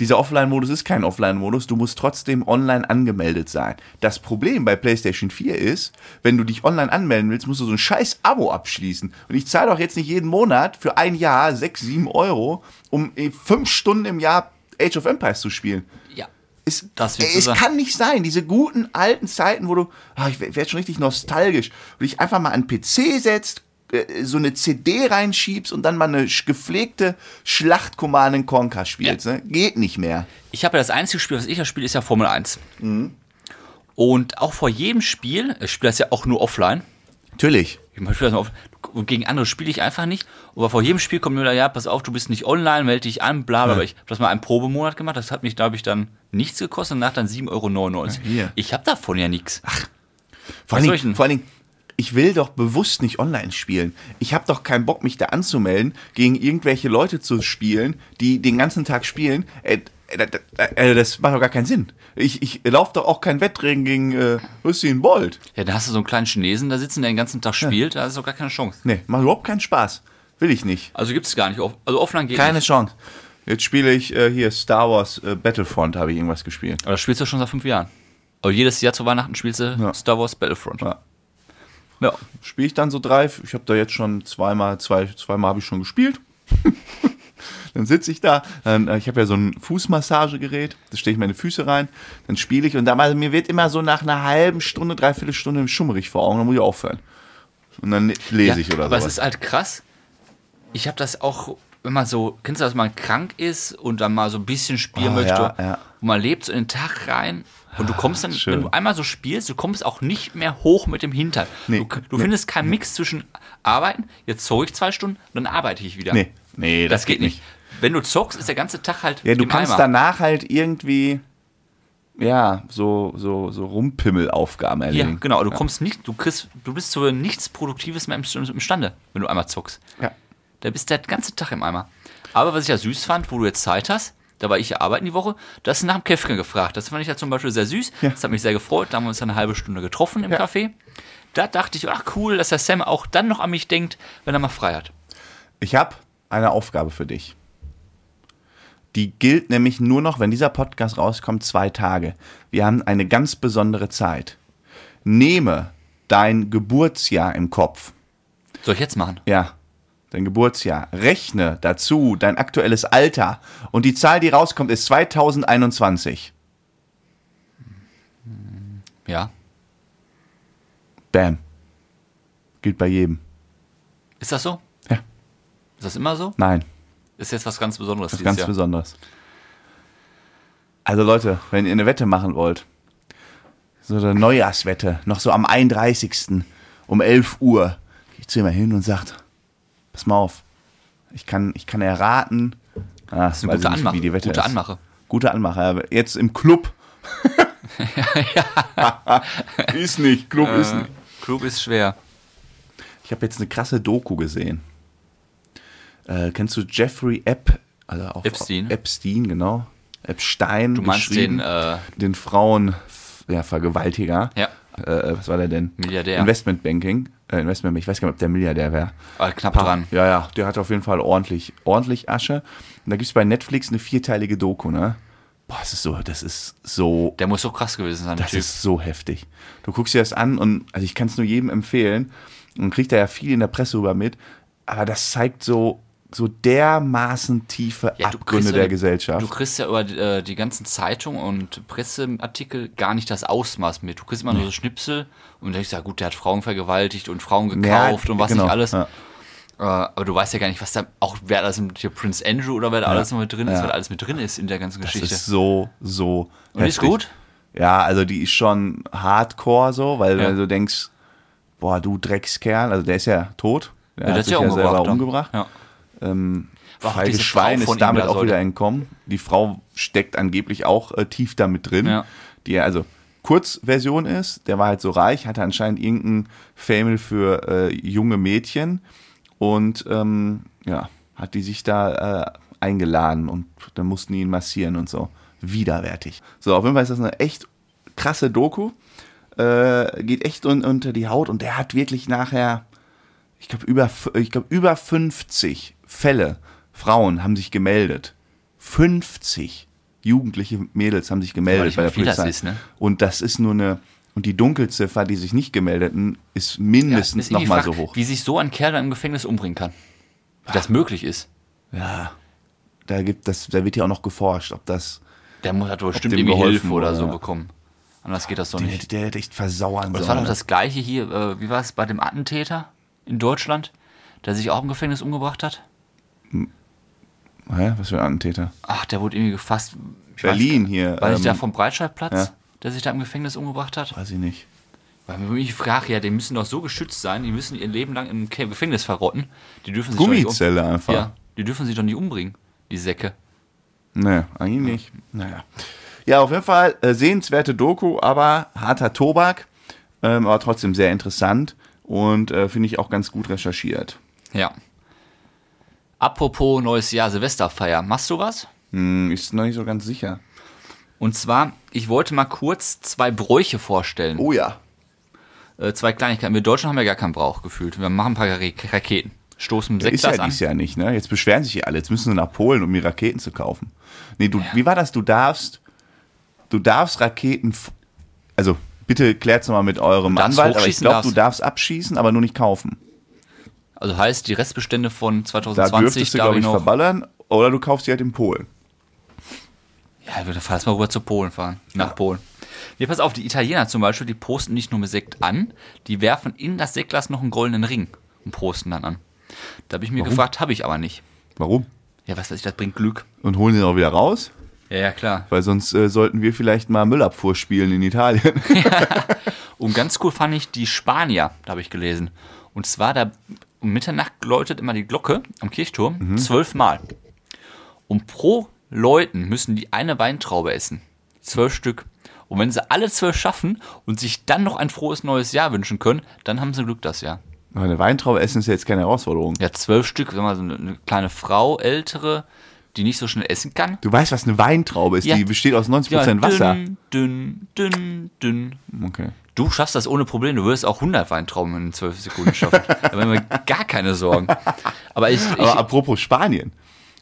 [SPEAKER 1] dieser Offline-Modus ist kein Offline-Modus. Du musst trotzdem online angemeldet sein. Das Problem bei PlayStation 4 ist, wenn du dich online anmelden willst, musst du so ein scheiß Abo abschließen. Und ich zahle doch jetzt nicht jeden Monat für ein Jahr 6, 7 Euro, um eh fünf Stunden im Jahr Age of Empires zu spielen.
[SPEAKER 2] ja.
[SPEAKER 1] Es,
[SPEAKER 2] Das wird
[SPEAKER 1] ey,
[SPEAKER 2] so
[SPEAKER 1] es
[SPEAKER 2] sein.
[SPEAKER 1] kann nicht sein. Diese guten alten Zeiten, wo du, ah, ich werde schon richtig nostalgisch, wo du dich einfach mal an den PC setzt, äh, so eine CD reinschiebst und dann mal eine sch- gepflegte Schlacht Command and Conquer spielst. Ne? Geht nicht mehr.
[SPEAKER 2] Ich habe ja das einzige Spiel, was ich ja spiele, ist ja Formel 1.
[SPEAKER 1] Mhm.
[SPEAKER 2] Und auch vor jedem Spiel, ich spiele das ja auch nur offline,
[SPEAKER 1] Natürlich.
[SPEAKER 2] Ich mache das mal auf. Und gegen andere spiele ich einfach nicht. Aber vor jedem Spiel kommt nur da, ja, pass auf, du bist nicht online, melde dich an, bla bla. bla. Ich habe das mal einen Probemonat gemacht, das hat mich, glaube ich, dann nichts gekostet und nach dann 7,99 Euro.
[SPEAKER 1] hier.
[SPEAKER 2] Ich habe davon ja nichts.
[SPEAKER 1] Vor allen,
[SPEAKER 2] soll ich
[SPEAKER 1] Dingen,
[SPEAKER 2] denn?
[SPEAKER 1] vor allen Dingen, ich will doch bewusst nicht online spielen. Ich habe doch keinen Bock, mich da anzumelden, gegen irgendwelche Leute zu spielen, die den ganzen Tag spielen. Äh, äh, äh, äh, Das macht doch gar keinen Sinn. Ich, ich laufe doch auch kein Wettrennen gegen äh, Usain Bolt.
[SPEAKER 2] Ja, da hast du so einen kleinen Chinesen da sitzen, der den ganzen Tag spielt, da ist doch gar keine Chance.
[SPEAKER 1] Nee, macht überhaupt keinen Spaß. Will ich nicht.
[SPEAKER 2] Also gibt es gar nicht. Off- Also offline geht
[SPEAKER 1] Keine
[SPEAKER 2] nicht.
[SPEAKER 1] Chance. Jetzt spiele ich äh, hier Star Wars äh, Battlefront, habe ich irgendwas gespielt.
[SPEAKER 2] Aber das spielst du schon seit fünf Jahren. Aber jedes Jahr zu Weihnachten spielst du Star Wars Battlefront.
[SPEAKER 1] Ja.
[SPEAKER 2] ja.
[SPEAKER 1] Spiele ich dann so drei, ich habe da jetzt schon zweimal, zwei, zweimal habe ich schon gespielt. dann sitze ich da, dann, äh, ich habe ja so ein Fußmassagegerät, da stehe ich meine Füße rein, dann spiele ich und dann, also mir wird immer so nach einer halben Stunde, dreiviertel Stunde schummerig vor Augen, dann muss ich aufhören. Und dann le- lese ich oder
[SPEAKER 2] aber
[SPEAKER 1] so.
[SPEAKER 2] es ist halt krass. Ich habe das auch, wenn man so, kennst du das, wenn man krank ist und dann mal so ein bisschen spielen
[SPEAKER 1] Ah,
[SPEAKER 2] möchte
[SPEAKER 1] ja, ja.
[SPEAKER 2] und man lebt so in den Tag rein, Und du kommst dann,
[SPEAKER 1] Schön.
[SPEAKER 2] wenn du einmal so spielst, du kommst auch nicht mehr hoch mit dem Hintern.
[SPEAKER 1] Nee,
[SPEAKER 2] Du, du
[SPEAKER 1] nee.
[SPEAKER 2] findest keinen Mix zwischen Arbeiten, jetzt zocke ich zwei Stunden, dann arbeite ich wieder.
[SPEAKER 1] Nee, nee,
[SPEAKER 2] das, geht nicht. Wenn du zockst, ist der ganze Tag halt
[SPEAKER 1] Ja, du
[SPEAKER 2] im
[SPEAKER 1] kannst
[SPEAKER 2] Eimer.
[SPEAKER 1] danach halt irgendwie, ja, so, so, so Rumpimmelaufgaben
[SPEAKER 2] Ja,
[SPEAKER 1] erledigen.
[SPEAKER 2] genau. Du kommst nicht, du kriegst, du bist zu nichts Produktives mehr im- imstande, wenn du einmal zockst.
[SPEAKER 1] Ja.
[SPEAKER 2] Da bist du den ganzen Tag im Eimer. Aber was ich ja süß fand, wo du jetzt Zeit hast, da war ich ja arbeiten die Woche, da hast du nach dem Käffchen gefragt. Das fand ich ja zum Beispiel sehr süß.
[SPEAKER 1] Ja.
[SPEAKER 2] Das hat mich sehr gefreut. Da haben wir uns dann eine halbe Stunde getroffen im
[SPEAKER 1] Ja.
[SPEAKER 2] Café. Da dachte ich, ach cool, dass der Sam auch dann noch an mich denkt, wenn er mal frei hat.
[SPEAKER 1] Ich habe eine Aufgabe für dich. Die gilt nämlich nur noch, wenn dieser Podcast rauskommt, zwei Tage. Wir haben eine ganz besondere Zeit. Nehme dein Geburtsjahr im Kopf.
[SPEAKER 2] Soll ich jetzt machen?
[SPEAKER 1] Ja, dein Geburtsjahr. Rechne dazu dein aktuelles Alter. Und die Zahl, die rauskommt, ist 2021.
[SPEAKER 2] Ja.
[SPEAKER 1] Bam. Gilt bei jedem.
[SPEAKER 2] Ist das so?
[SPEAKER 1] Ja.
[SPEAKER 2] Ist das immer so?
[SPEAKER 1] Nein.
[SPEAKER 2] Ist jetzt was ganz Besonderes dieses
[SPEAKER 1] ganz
[SPEAKER 2] Jahr.
[SPEAKER 1] besonders. Also Leute, wenn ihr eine Wette machen wollt, so eine Neujahrswette, noch so am 31. um 11 Uhr, geht zu ihm hin und sagt, pass mal auf, ich kann, ich kann erraten, ah, das
[SPEAKER 2] ist eine gute Anmache. gute Anmache.
[SPEAKER 1] Gute Anmache, aber jetzt im Club. ist nicht, Club ist
[SPEAKER 2] Äh,
[SPEAKER 1] nicht.
[SPEAKER 2] Club ist schwer.
[SPEAKER 1] Ich habe jetzt eine krasse Doku gesehen. Äh, kennst du Jeffrey Epp, also auch
[SPEAKER 2] Epstein?
[SPEAKER 1] Epstein, genau. Epstein.
[SPEAKER 2] Du meinst den äh,
[SPEAKER 1] den Frauen, ja, Vergewaltiger.
[SPEAKER 2] Ja.
[SPEAKER 1] Äh, was war der denn?
[SPEAKER 2] Milliardär.
[SPEAKER 1] Investmentbanking. Äh, Investment, ich weiß gar nicht, ob der Milliardär wäre.
[SPEAKER 2] Aber Ah, knapp dran.
[SPEAKER 1] Ja, ja, der hat auf jeden Fall ordentlich, ordentlich Asche. Und da gibt es bei Netflix eine vierteilige Doku, ne? Boah, das ist so, das ist so
[SPEAKER 2] Der muss so krass gewesen sein, der
[SPEAKER 1] das
[SPEAKER 2] Typ.
[SPEAKER 1] ist so heftig. Du guckst dir das an und also ich kann es nur jedem empfehlen und kriegt da ja viel in der Presse über mit, aber das zeigt so so dermaßen tiefe
[SPEAKER 2] Ja, du kriegst
[SPEAKER 1] Abgründe
[SPEAKER 2] ja-
[SPEAKER 1] der Gesellschaft.
[SPEAKER 2] Du kriegst ja über äh, die ganzen Zeitungen und Presseartikel gar nicht das Ausmaß mit. Du kriegst immer nur so Schnipsel und denkst, ja gut, der hat Frauen vergewaltigt und Frauen
[SPEAKER 1] Ja,
[SPEAKER 2] gekauft und was
[SPEAKER 1] genau,
[SPEAKER 2] nicht alles.
[SPEAKER 1] Ja.
[SPEAKER 2] Äh, aber du weißt ja gar nicht, was da, auch wer alles mit hier Prince Andrew oder wer da alles noch mit drin ist,
[SPEAKER 1] Ja.
[SPEAKER 2] wer da alles mit drin ist in der ganzen
[SPEAKER 1] Das
[SPEAKER 2] Geschichte.
[SPEAKER 1] ist so so
[SPEAKER 2] Und die ist
[SPEAKER 1] heftig.
[SPEAKER 2] gut?
[SPEAKER 1] Ja, also die ist schon hardcore so, weil
[SPEAKER 2] Ja.
[SPEAKER 1] wenn du denkst, boah, du Dreckskerl, also der ist ja tot. Der
[SPEAKER 2] Ja, ne?
[SPEAKER 1] hat
[SPEAKER 2] das ist
[SPEAKER 1] sich ja selber umgebracht.
[SPEAKER 2] Ja. War auch
[SPEAKER 1] Feige
[SPEAKER 2] diese
[SPEAKER 1] Schwein
[SPEAKER 2] Frau von
[SPEAKER 1] ist
[SPEAKER 2] ihm
[SPEAKER 1] damit
[SPEAKER 2] da
[SPEAKER 1] auch
[SPEAKER 2] sollte-
[SPEAKER 1] wieder entkommen. Die Frau steckt angeblich auch äh, tief damit drin.
[SPEAKER 2] Ja.
[SPEAKER 1] Die also Kurzversion ist, der war halt so reich, hatte anscheinend irgendein Family für äh, junge Mädchen und ähm, ja, hat die sich da äh, eingeladen und dann mussten die ihn massieren und so. Widerwärtig. So, auf jeden Fall ist das eine echt krasse Doku. Äh, geht echt un unter die Haut und der hat wirklich nachher ich glaube, über, f- ich glaub, über 50 Fälle, Frauen haben sich gemeldet. 50 jugendliche Mädels haben sich gemeldet
[SPEAKER 2] ich
[SPEAKER 1] bei
[SPEAKER 2] weiß,
[SPEAKER 1] der
[SPEAKER 2] wie viel das
[SPEAKER 1] Polizei.
[SPEAKER 2] ist, ne?
[SPEAKER 1] Und das ist nur eine. Und die Dunkelziffer, die sich nicht gemeldeten, ist mindestens
[SPEAKER 2] Ja, ist irgendwie
[SPEAKER 1] nochmal so
[SPEAKER 2] frag-
[SPEAKER 1] hoch.
[SPEAKER 2] Wie sich so ein Kerl dann im Gefängnis umbringen kann. Wie das möglich ist.
[SPEAKER 1] Ja. Da, gibt das, da wird ja auch noch geforscht, ob das.
[SPEAKER 2] Der muss- hat wohl bestimmt
[SPEAKER 1] dem
[SPEAKER 2] irgendwie
[SPEAKER 1] geholfen
[SPEAKER 2] Hilfe oder
[SPEAKER 1] wurde,
[SPEAKER 2] so
[SPEAKER 1] ja.
[SPEAKER 2] bekommen. Anders geht das doch
[SPEAKER 1] Der,
[SPEAKER 2] nicht.
[SPEAKER 1] hätte- der hätte echt versauern
[SPEAKER 2] Das war
[SPEAKER 1] sollen.
[SPEAKER 2] doch das gleiche hier, äh, wie war es bei dem Attentäter in Deutschland, der sich auch im Gefängnis umgebracht hat?
[SPEAKER 1] Hä? Was für ein Attentäter?
[SPEAKER 2] Ach, der wurde irgendwie gefasst. Ich
[SPEAKER 1] Berlin
[SPEAKER 2] weiß,
[SPEAKER 1] hier,
[SPEAKER 2] War nicht
[SPEAKER 1] ähm,
[SPEAKER 2] der vom Breitscheidplatz,
[SPEAKER 1] ja.
[SPEAKER 2] der sich da im Gefängnis umgebracht hat?
[SPEAKER 1] Weiß ich nicht.
[SPEAKER 2] Weil wenn ich frage, ja, die müssen doch so geschützt sein, die müssen ihr Leben lang im Ke- Gefängnis verrotten. Die dürfen sich
[SPEAKER 1] Gummizelle
[SPEAKER 2] doch nicht um
[SPEAKER 1] einfach.
[SPEAKER 2] ja, die dürfen sich doch nicht umbringen, die Säcke.
[SPEAKER 1] Nee, eigentlich nicht. Naja. Ja, auf jeden Fall äh, sehenswerte Doku, aber harter Tobak, ähm, aber trotzdem sehr interessant und äh, finde ich auch ganz gut recherchiert.
[SPEAKER 2] Ja. Apropos neues Jahr Silvesterfeier, machst du was?
[SPEAKER 1] Hm, ist noch nicht so ganz sicher.
[SPEAKER 2] Und zwar, ich wollte mal kurz zwei Bräuche vorstellen.
[SPEAKER 1] Oh ja.
[SPEAKER 2] Äh, zwei Kleinigkeiten. Wir Deutschen haben ja gar keinen Brauch gefühlt. Wir machen ein paar Ra- Raketen. Stoßen mit
[SPEAKER 1] Ist
[SPEAKER 2] Sektglas
[SPEAKER 1] ja
[SPEAKER 2] an.
[SPEAKER 1] dies Jahr nicht, ne? Jetzt beschweren sich hier alle. Jetzt müssen sie nach Polen, um die Raketen zu kaufen. Nee, du, wie war das? Du darfst, du darfst Raketen, f- also bitte klärt's nochmal mit eurem
[SPEAKER 2] darfst
[SPEAKER 1] Anwalt, aber ich
[SPEAKER 2] hochschießen
[SPEAKER 1] glaube,
[SPEAKER 2] darfst.
[SPEAKER 1] du darfst abschießen, aber nur nicht kaufen.
[SPEAKER 2] Also heißt, die Restbestände von
[SPEAKER 1] Da
[SPEAKER 2] 2020
[SPEAKER 1] dürftest du, glaube Um ich,
[SPEAKER 2] noch.
[SPEAKER 1] verballern oder du kaufst sie halt in Polen.
[SPEAKER 2] Ja, wir fahren mal rüber zu Polen fahren. Nach Polen. Nee, pass auf, die Italiener zum Beispiel, die posten nicht nur mit Sekt an, die werfen in das Sektglas noch einen goldenen Ring und posten dann an. Da habe ich mir gefragt, habe ich aber nicht.
[SPEAKER 1] Warum?
[SPEAKER 2] Ja, was weiß ich, das bringt Glück.
[SPEAKER 1] Und holen sie auch wieder raus?
[SPEAKER 2] Ja, ja, klar.
[SPEAKER 1] Weil sonst äh, sollten wir vielleicht mal Müllabfuhr spielen in Italien.
[SPEAKER 2] Und ganz cool fand ich die Spanier, da habe ich gelesen. Und zwar, da um Mitternacht läutet immer die Glocke am Kirchturm zwölfmal. Und pro Leuten müssen die eine Weintraube essen. Zwölf Stück. Und wenn sie alle zwölf schaffen und sich dann noch ein frohes neues Jahr wünschen können, dann haben sie Glück das Jahr.
[SPEAKER 1] Aber eine Weintraube essen ist ja jetzt keine Herausforderung.
[SPEAKER 2] Ja, zwölf Stück, sagen wir mal, so eine, eine kleine Frau, ältere, die nicht so schnell essen kann.
[SPEAKER 1] Du weißt, was eine Weintraube ist.
[SPEAKER 2] Ja.
[SPEAKER 1] Die besteht aus 90%
[SPEAKER 2] Ja,
[SPEAKER 1] Prozent Wasser.
[SPEAKER 2] Dünn, dünn, dünn, dünn.
[SPEAKER 1] Okay.
[SPEAKER 2] Du schaffst das ohne Probleme. Du würdest auch 100 Weintrauben in 12 Sekunden schaffen. Da haben wir gar keine Sorgen. Aber ich, ich
[SPEAKER 1] Aber apropos Spanien.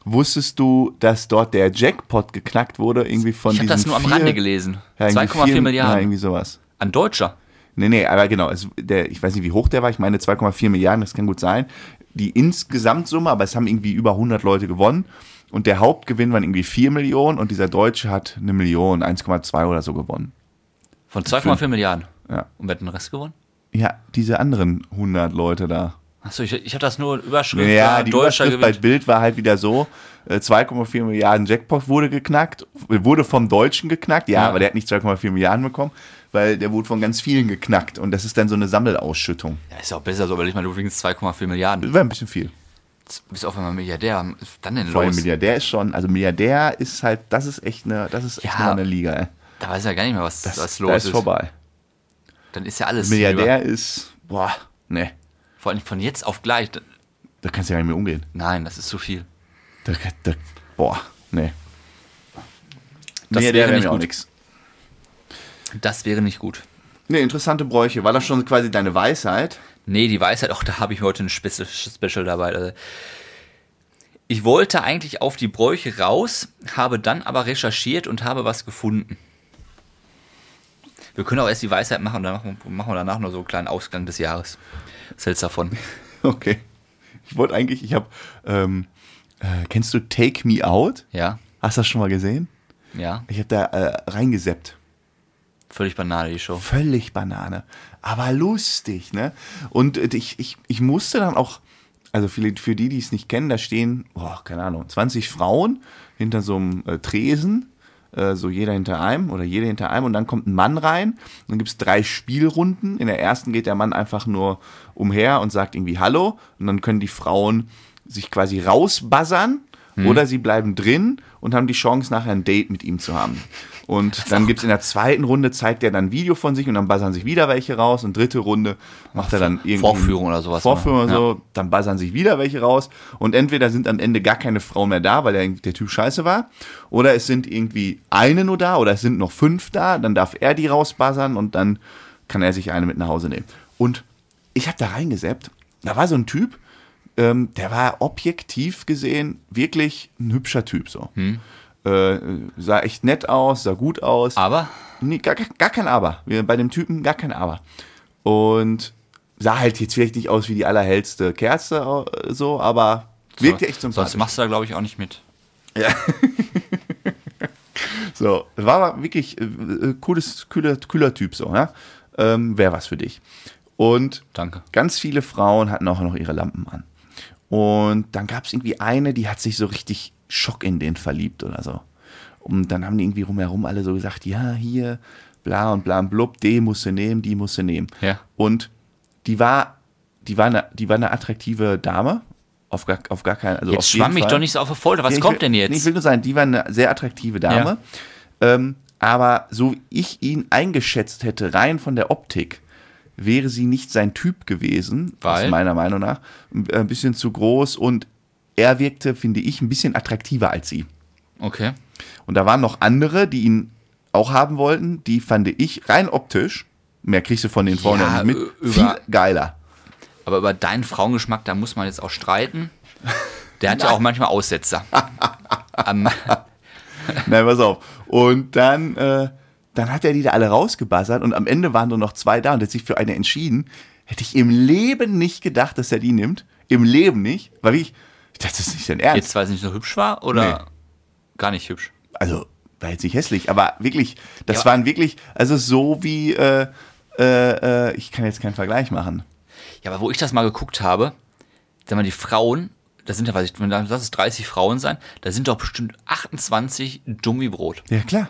[SPEAKER 1] Wusstest du, dass dort der Jackpot geknackt wurde? Irgendwie von
[SPEAKER 2] Ich habe das
[SPEAKER 1] diesen
[SPEAKER 2] nur am
[SPEAKER 1] vier-
[SPEAKER 2] Rande gelesen.
[SPEAKER 1] Ja, irgendwie
[SPEAKER 2] 2,4
[SPEAKER 1] vier- Ja,
[SPEAKER 2] Milliarden.
[SPEAKER 1] irgendwie sowas.
[SPEAKER 2] An Deutscher.
[SPEAKER 1] Nee, nee, aber genau. Es, der, ich weiß nicht, wie hoch der war. Ich meine 2,4 Milliarden, das kann gut sein. Die Insgesamtsumme, aber es haben irgendwie über 100 Leute gewonnen. Und der Hauptgewinn waren irgendwie 4 Millionen und dieser Deutsche hat eine Million, 1,2 oder so gewonnen.
[SPEAKER 2] Von 2,4 Milliarden.
[SPEAKER 1] Ja.
[SPEAKER 2] Und wer hat den Rest gewonnen?
[SPEAKER 1] Ja, diese anderen 100 Leute da.
[SPEAKER 2] Achso, ich, ich habe das nur Überschrift.
[SPEAKER 1] Ja,
[SPEAKER 2] ja,
[SPEAKER 1] die
[SPEAKER 2] Deutscher
[SPEAKER 1] Überschrift bei
[SPEAKER 2] gewinnt.
[SPEAKER 1] Bild war halt wieder so, äh, 2,4 Milliarden Jackpot wurde geknackt, wurde vom Deutschen geknackt, ja,
[SPEAKER 2] Ja.
[SPEAKER 1] aber der hat nicht 2,4 Milliarden bekommen, weil der wurde von ganz vielen geknackt und das ist dann so eine Sammelausschüttung.
[SPEAKER 2] Ja, ist ja auch besser so, weil ich meine, du gewinnst 2,4 Milliarden.
[SPEAKER 1] Das war ein bisschen viel.
[SPEAKER 2] Jetzt Bist auf einmal Milliardär. Was ist dann denn
[SPEAKER 1] Vor allem
[SPEAKER 2] los?
[SPEAKER 1] Milliardär ist schon, also Milliardär ist halt, das ist echt eine, das ist echt
[SPEAKER 2] Ja,
[SPEAKER 1] mal eine Liga. ey.
[SPEAKER 2] Da weiß ich ja gar nicht mehr, was,
[SPEAKER 1] Das,
[SPEAKER 2] was
[SPEAKER 1] da
[SPEAKER 2] los
[SPEAKER 1] ist
[SPEAKER 2] ist.
[SPEAKER 1] vorbei.
[SPEAKER 2] Dann ist ja alles hinüber.
[SPEAKER 1] Milliardär ist, boah, ne,
[SPEAKER 2] Vor allem von jetzt auf gleich. Da-
[SPEAKER 1] da kannst du ja gar nicht mehr umgehen.
[SPEAKER 2] Nein, das ist zu viel.
[SPEAKER 1] Da, da, boah, ne.
[SPEAKER 2] Das
[SPEAKER 1] Milliardär
[SPEAKER 2] wäre
[SPEAKER 1] wäre
[SPEAKER 2] nicht
[SPEAKER 1] mir auch
[SPEAKER 2] gut.
[SPEAKER 1] nix.
[SPEAKER 2] Das wäre nicht gut.
[SPEAKER 1] Ne, interessante Bräuche. War das schon quasi deine Weisheit?
[SPEAKER 2] Nee, die Weisheit, auch da habe ich heute ein Spezi- Special dabei. Also, Ich wollte eigentlich auf die Bräuche raus, habe dann aber recherchiert und habe was gefunden. Wir können auch erst die Weisheit machen und dann machen, machen wir danach noch so einen kleinen Ausgang des Jahres. Was hältst du davon?
[SPEAKER 1] Okay. Ich wollte eigentlich, ich habe, ähm, äh, kennst du Take Me Out?
[SPEAKER 2] Ja,
[SPEAKER 1] Hast du das schon mal gesehen?
[SPEAKER 2] ja.
[SPEAKER 1] Ich habe da äh, reingeseppt.
[SPEAKER 2] Völlig Banane, die Show.
[SPEAKER 1] Völlig Banane. Aber lustig, ne? Und äh, ich, ich, ich musste dann auch, also für, für die, die es nicht kennen, da stehen, boah, keine Ahnung, 20 Frauen hinter so einem äh, Tresen, äh, so jeder hinter einem oder jede hinter einem und dann kommt ein Mann rein, dann gibt's drei Spielrunden. In der ersten geht der Mann einfach nur umher und sagt irgendwie Hallo und dann können die Frauen sich quasi rausbuzzern.
[SPEAKER 2] Hm.
[SPEAKER 1] Oder sie bleiben drin und haben die Chance, nachher ein Date mit ihm zu haben. Und dann gibt's in der zweiten Runde, zeigt er dann ein Video von sich und dann buzzern sich wieder welche raus. Und dritte Runde macht er dann irgendwie.
[SPEAKER 2] Vorführung oder sowas,
[SPEAKER 1] Vorführung oder
[SPEAKER 2] ne?
[SPEAKER 1] so. Dann buzzern sich wieder welche raus. Und entweder sind am Ende gar keine Frauen mehr da, weil der, der Typ scheiße war. Oder es sind irgendwie eine nur da oder es sind noch fünf da. Dann darf er die rausbuzzern und dann kann er sich eine mit nach Hause nehmen. Und ich habe da reingeseppt. Da war so ein Typ, ähm, der war objektiv gesehen wirklich ein hübscher Typ so. Äh, sah echt nett aus, sah gut aus.
[SPEAKER 2] Aber
[SPEAKER 1] Nee, gar, gar- gar kein Aber. Wir- Bei dem Typen gar kein Aber. Und sah halt jetzt vielleicht nicht aus wie die allerhellste Kerze äh, so, aber wirkte echt zum
[SPEAKER 2] sonst machst du da, glaube ich, auch nicht mit.
[SPEAKER 1] So, war aber wirklich äh, äh, cooles, kühler, kühler Typ so, ne? Ähm, Wäre was für dich. Und
[SPEAKER 2] Danke.
[SPEAKER 1] ganz viele Frauen hatten auch noch ihre Lampen an. Und dann gab es irgendwie eine, die hat sich so richtig Schock in den verliebt oder so. Und dann haben die irgendwie rumherum alle so gesagt, ja, hier, bla und bla und blub, die musst du nehmen, die musst du nehmen.
[SPEAKER 2] Ja.
[SPEAKER 1] Und die war, die war eine, die war eine attraktive Dame. Auf gar, auf gar keinen, also auf
[SPEAKER 2] Jetzt
[SPEAKER 1] jeden
[SPEAKER 2] schwamm mich
[SPEAKER 1] Fall.
[SPEAKER 2] doch nicht so auf die Folter. Was
[SPEAKER 1] Ja, ich
[SPEAKER 2] kommt
[SPEAKER 1] will,
[SPEAKER 2] denn jetzt?
[SPEAKER 1] nee, Ich will nur sagen, die war eine sehr attraktive Dame. Ähm, aber so wie ich ihn eingeschätzt hätte, rein von der Optik, wäre sie nicht sein Typ gewesen,
[SPEAKER 2] Weil?
[SPEAKER 1] aus meiner Meinung nach. äh, Ein bisschen zu groß und er wirkte, finde ich, ein bisschen attraktiver als sie.
[SPEAKER 2] okay.
[SPEAKER 1] Und da waren noch andere, die ihn auch haben wollten, die fand ich rein optisch, mehr kriegst du von den Frauen ja,
[SPEAKER 2] Ja,
[SPEAKER 1] nicht
[SPEAKER 2] ü-
[SPEAKER 1] mit,
[SPEAKER 2] über-
[SPEAKER 1] viel geiler.
[SPEAKER 2] Aber über deinen Frauengeschmack, da muss man jetzt auch streiten. Der hat ja auch manchmal Aussetzer. Am,
[SPEAKER 1] Nein, pass auf. Und dann, äh, dann hat er die da alle rausgebassert und am Ende waren nur noch zwei da und hat sich für eine entschieden. Hätte ich im Leben nicht gedacht, dass er die nimmt. Im Leben nicht. Weil ich, das ist nicht sein Ernst.
[SPEAKER 2] Jetzt, weil sie nicht so hübsch war oder gar nicht hübsch?
[SPEAKER 1] Also, war jetzt nicht hässlich, aber wirklich, das
[SPEAKER 2] Ja, aber-
[SPEAKER 1] waren wirklich, also so wie, äh, äh, äh, ich kann jetzt keinen Vergleich machen.
[SPEAKER 2] Ja, aber wo ich das mal geguckt habe, sag mal, die Frauen, das da sind ja, weiß ich, wenn da- lass es 30 Frauen sein, da sind doch bestimmt 28 dumm wie Brot.
[SPEAKER 1] Ja, klar.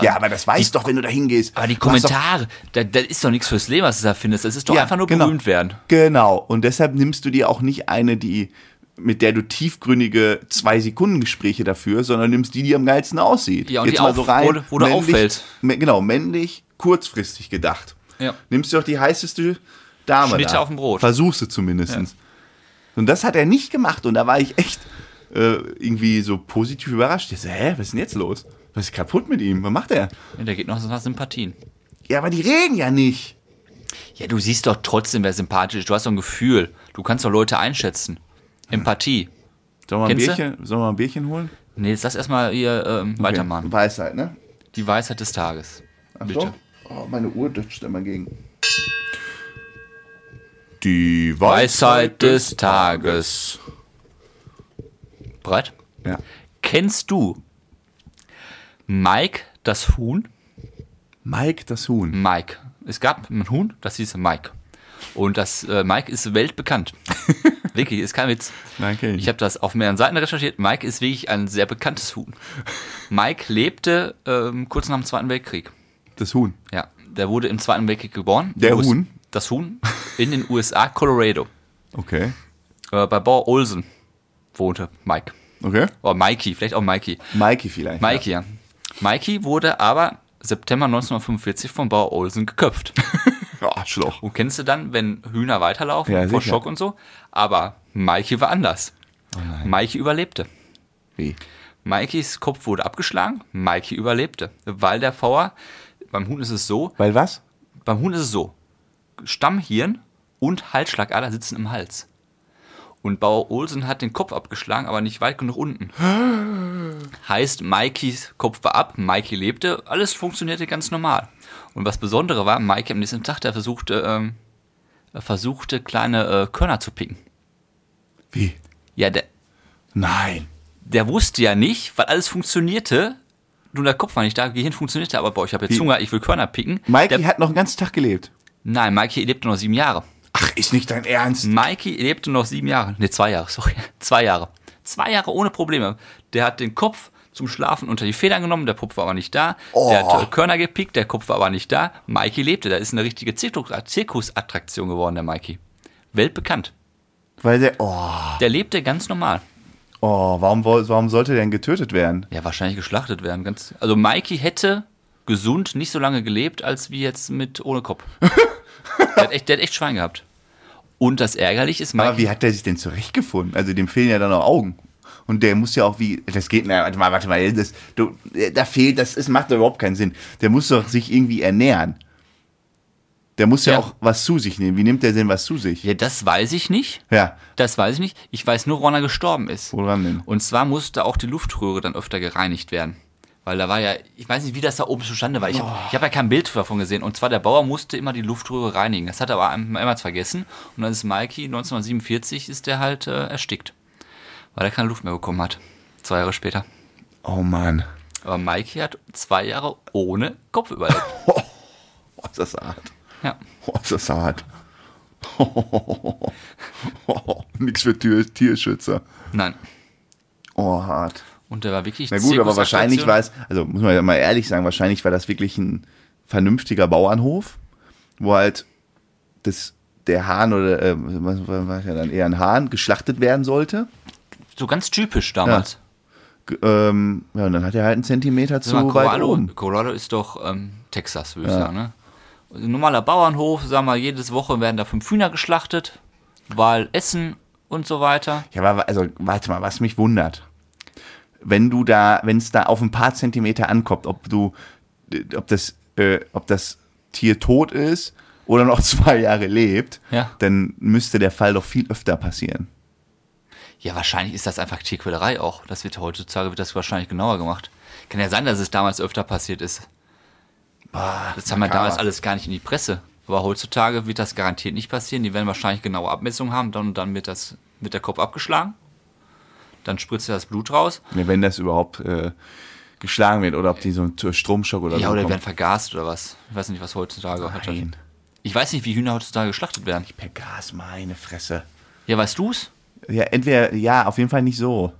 [SPEAKER 1] ja, aber das weißt du doch, wenn du da hingehst.
[SPEAKER 2] Aber die
[SPEAKER 1] Du hast doch-
[SPEAKER 2] Kommentare, da, da ist doch nichts fürs Leben, was du da findest. Das ist doch
[SPEAKER 1] Ja,
[SPEAKER 2] einfach nur
[SPEAKER 1] genau.
[SPEAKER 2] berühmt werden.
[SPEAKER 1] Genau. Und deshalb nimmst du dir auch nicht eine, die, mit der du tiefgründige Zwei-Sekunden-Gespräche dafür, sondern nimmst die, die am geilsten aussieht.
[SPEAKER 2] Ja, und die auf- wo du- wo du auffällst.
[SPEAKER 1] mä- Genau, männlich, kurzfristig gedacht.
[SPEAKER 2] Ja.
[SPEAKER 1] Nimmst du doch die heißeste Dame.
[SPEAKER 2] Schnitte
[SPEAKER 1] da.
[SPEAKER 2] auf dem Brot.
[SPEAKER 1] Versuchst du zumindest. Und das hat er nicht gemacht. Und da war ich echt äh, irgendwie so positiv überrascht. Ich so, hä, was ist denn jetzt los? Was ist kaputt mit ihm? Was macht er?
[SPEAKER 2] Ja, da geht noch so nach Sympathien.
[SPEAKER 1] Ja, aber die reden ja nicht.
[SPEAKER 2] Ja, du siehst doch trotzdem, wer sympathisch ist. Du hast doch ein Gefühl. Du kannst doch Leute einschätzen. Empathie.
[SPEAKER 1] Sollen wir ein,
[SPEAKER 2] Kennst du?
[SPEAKER 1] Bierchen, sollen wir ein Bierchen holen?
[SPEAKER 2] Nee, jetzt lass erstmal hier ähm, weitermachen.
[SPEAKER 1] Okay. Weisheit, ne?
[SPEAKER 2] Die Weisheit des Tages. Bitte.
[SPEAKER 1] Bitte. Oh, meine Uhr dutscht immer gegen. Die
[SPEAKER 2] Weisheit des Tages. Bereit?
[SPEAKER 1] Ja.
[SPEAKER 2] Kennst du Mike das Huhn?
[SPEAKER 1] Mike das Huhn.
[SPEAKER 2] Mike. Es gab ein Huhn, das hieß Mike. Und das äh, Mike ist weltbekannt. wirklich, ist kein Witz.
[SPEAKER 1] Nein, kenn ich
[SPEAKER 2] Ich habe das auf mehreren Seiten recherchiert. Mike ist wirklich ein sehr bekanntes Huhn. Mike lebte ähm, kurz nach dem Zweiten Weltkrieg.
[SPEAKER 1] Das Huhn.
[SPEAKER 2] Ja, der wurde im Zweiten Weltkrieg geboren.
[SPEAKER 1] Der
[SPEAKER 2] US-
[SPEAKER 1] Huhn?
[SPEAKER 2] Das Huhn in den USA, Colorado.
[SPEAKER 1] Okay.
[SPEAKER 2] Äh, bei Bauer Olsen wohnte Mike.
[SPEAKER 1] Okay.
[SPEAKER 2] Oder Oh, Mikey, vielleicht auch Mikey.
[SPEAKER 1] Mikey vielleicht.
[SPEAKER 2] Mikey, ja. Mikey wurde aber September 1945 von Bauer Olsen geköpft.
[SPEAKER 1] Ja. Oh, Arschloch.
[SPEAKER 2] Und kennst du dann, wenn Hühner weiterlaufen
[SPEAKER 1] Ja,
[SPEAKER 2] vor
[SPEAKER 1] sicher. Oh
[SPEAKER 2] Schock und so? Aber Mikey war anders. Mikey überlebte.
[SPEAKER 1] Wie?
[SPEAKER 2] Mikeys Kopf wurde abgeschlagen, Mikey überlebte. Weil der Bauer, beim Huhn ist es so,
[SPEAKER 1] Weil was?
[SPEAKER 2] beim Huhn ist es so: Stammhirn und Halsschlagader sitzen im Hals. Und Bauer Olsen hat den Kopf abgeschlagen, aber nicht weit genug unten. Heißt, Mikeys Kopf war ab, Mikey lebte, alles funktionierte ganz normal. Und was Besondere war, Mikey am nächsten Tag, der versuchte, ähm, er versuchte kleine äh, Körner zu picken.
[SPEAKER 1] Wie?
[SPEAKER 2] Ja, der,
[SPEAKER 1] Nein.
[SPEAKER 2] der wusste ja nicht, weil alles funktionierte. Nur der Kopf war nicht da, Gehirn funktionierte, aber boah, ich habe jetzt Hunger, ich will Körner picken.
[SPEAKER 1] Mikey
[SPEAKER 2] der,
[SPEAKER 1] hat noch einen ganzen Tag gelebt.
[SPEAKER 2] nein, Mikey lebte noch sieben Jahre.
[SPEAKER 1] Ach, ist nicht dein Ernst.
[SPEAKER 2] Mikey lebte noch sieben Jahre. Ne, zwei Jahre, sorry. Zwei Jahre. Zwei Jahre ohne Probleme. Der hat den Kopf zum Schlafen unter die Federn genommen, der Kopf war aber nicht da.
[SPEAKER 1] Oh.
[SPEAKER 2] Der hat äh, Körner gepickt, der Kopf war aber nicht da. Mikey lebte. Da ist eine richtige Zirkus- äh, Zirkusattraktion geworden, der Mikey. Weltbekannt.
[SPEAKER 1] Weil der. Oh,
[SPEAKER 2] Der lebte ganz normal.
[SPEAKER 1] oh warum, woll- warum sollte der denn getötet werden?
[SPEAKER 2] Ja, wahrscheinlich geschlachtet werden. Ganz, also Mikey hätte gesund nicht so lange gelebt, als wie jetzt mit ohne Kopf. der, hat echt, der hat echt Schwein gehabt. Und das ärgerlich ist,
[SPEAKER 1] Aber
[SPEAKER 2] Mikey,
[SPEAKER 1] wie hat der sich denn zurechtgefunden? Also dem fehlen ja dann auch Augen. Und der muss ja auch wie, das geht, na, warte mal, warte mal, das, du, da fehlt, das ist, macht doch überhaupt keinen Sinn. Der muss doch sich irgendwie ernähren. Der muss ja,
[SPEAKER 2] Ja.
[SPEAKER 1] auch was zu sich nehmen. Wie nimmt der denn was zu sich? Ja.
[SPEAKER 2] ja, das weiß ich nicht. Das weiß ich nicht. Ich weiß nur, woran er gestorben ist.
[SPEAKER 1] Woran denn?
[SPEAKER 2] Und zwar musste auch die Luftröhre dann öfter gereinigt werden. Weil da war ja, ich weiß nicht, wie das da oben zustande war. Ich habe
[SPEAKER 1] Oh.
[SPEAKER 2] hab ja kein Bild davon gesehen. Und zwar der Bauer musste immer die Luftröhre reinigen. Das hat er aber ein- einmal vergessen. Und dann ist Mikey 1947 ist der halt äh, erstickt. Weil er keine Luft mehr bekommen hat. Zwei Jahre später.
[SPEAKER 1] Oh Mann.
[SPEAKER 2] Aber Mikey hat zwei Jahre ohne Kopf überlebt.
[SPEAKER 1] Oh, ist das hart.
[SPEAKER 2] Ja.
[SPEAKER 1] Oh, ist das hart. Oh, Nix für Tier, Tierschützer.
[SPEAKER 2] Nein.
[SPEAKER 1] Oh, hart.
[SPEAKER 2] Und der war wirklich
[SPEAKER 1] Na gut, aber wahrscheinlich
[SPEAKER 2] Zirkusattraktion.
[SPEAKER 1] war es, also muss man ja mal ehrlich sagen, wahrscheinlich war das wirklich ein vernünftiger Bauernhof, wo halt das, der Hahn oder äh, was war war ja dann eher ein Hahn geschlachtet werden sollte.
[SPEAKER 2] so ganz typisch damals.
[SPEAKER 1] G- Ähm, ja, und dann hat er halt einen Zentimeter zu
[SPEAKER 2] Sag mal,
[SPEAKER 1] weit
[SPEAKER 2] Colorado,
[SPEAKER 1] oben.
[SPEAKER 2] Colorado ist doch ähm, Texas, würde ich sagen. Ne? Ein normaler Bauernhof, sagen wir, jedes Woche werden da fünf Hühner geschlachtet, weil Essen und so weiter.
[SPEAKER 1] Ja, aber also warte mal, was mich wundert, wenn du da, wenn es da auf ein paar Zentimeter ankommt, ob du, äh, ob das, äh, ob das Tier tot ist oder noch zwei Jahre lebt,
[SPEAKER 2] Ja.
[SPEAKER 1] dann müsste der Fall doch viel öfter passieren.
[SPEAKER 2] Ja, wahrscheinlich ist das einfach Tierquälerei auch. Das wird heutzutage wird das wahrscheinlich genauer gemacht. Kann ja sein, dass es damals öfter passiert ist.
[SPEAKER 1] Ah.
[SPEAKER 2] das haben wir
[SPEAKER 1] makaber.
[SPEAKER 2] damals alles gar nicht in die Presse. Aber heutzutage wird das garantiert nicht passieren. Die werden wahrscheinlich genaue Abmessungen haben. Dann und dann wird, das, wird der Kopf abgeschlagen. Dann spritzt er das Blut raus.
[SPEAKER 1] Ja, wenn das überhaupt äh, geschlagen wird oder ob die so einen T- Stromschock oder so
[SPEAKER 2] Ja, oder werden
[SPEAKER 1] bekommen.
[SPEAKER 2] vergast oder was. Ich weiß nicht, was heutzutage hat.
[SPEAKER 1] Nein.
[SPEAKER 2] Ich weiß nicht, wie Hühner heutzutage geschlachtet werden.
[SPEAKER 1] Per Gas, meine Fresse.
[SPEAKER 2] Ja, weißt du's?
[SPEAKER 1] Ja, entweder, ja, auf jeden Fall nicht so.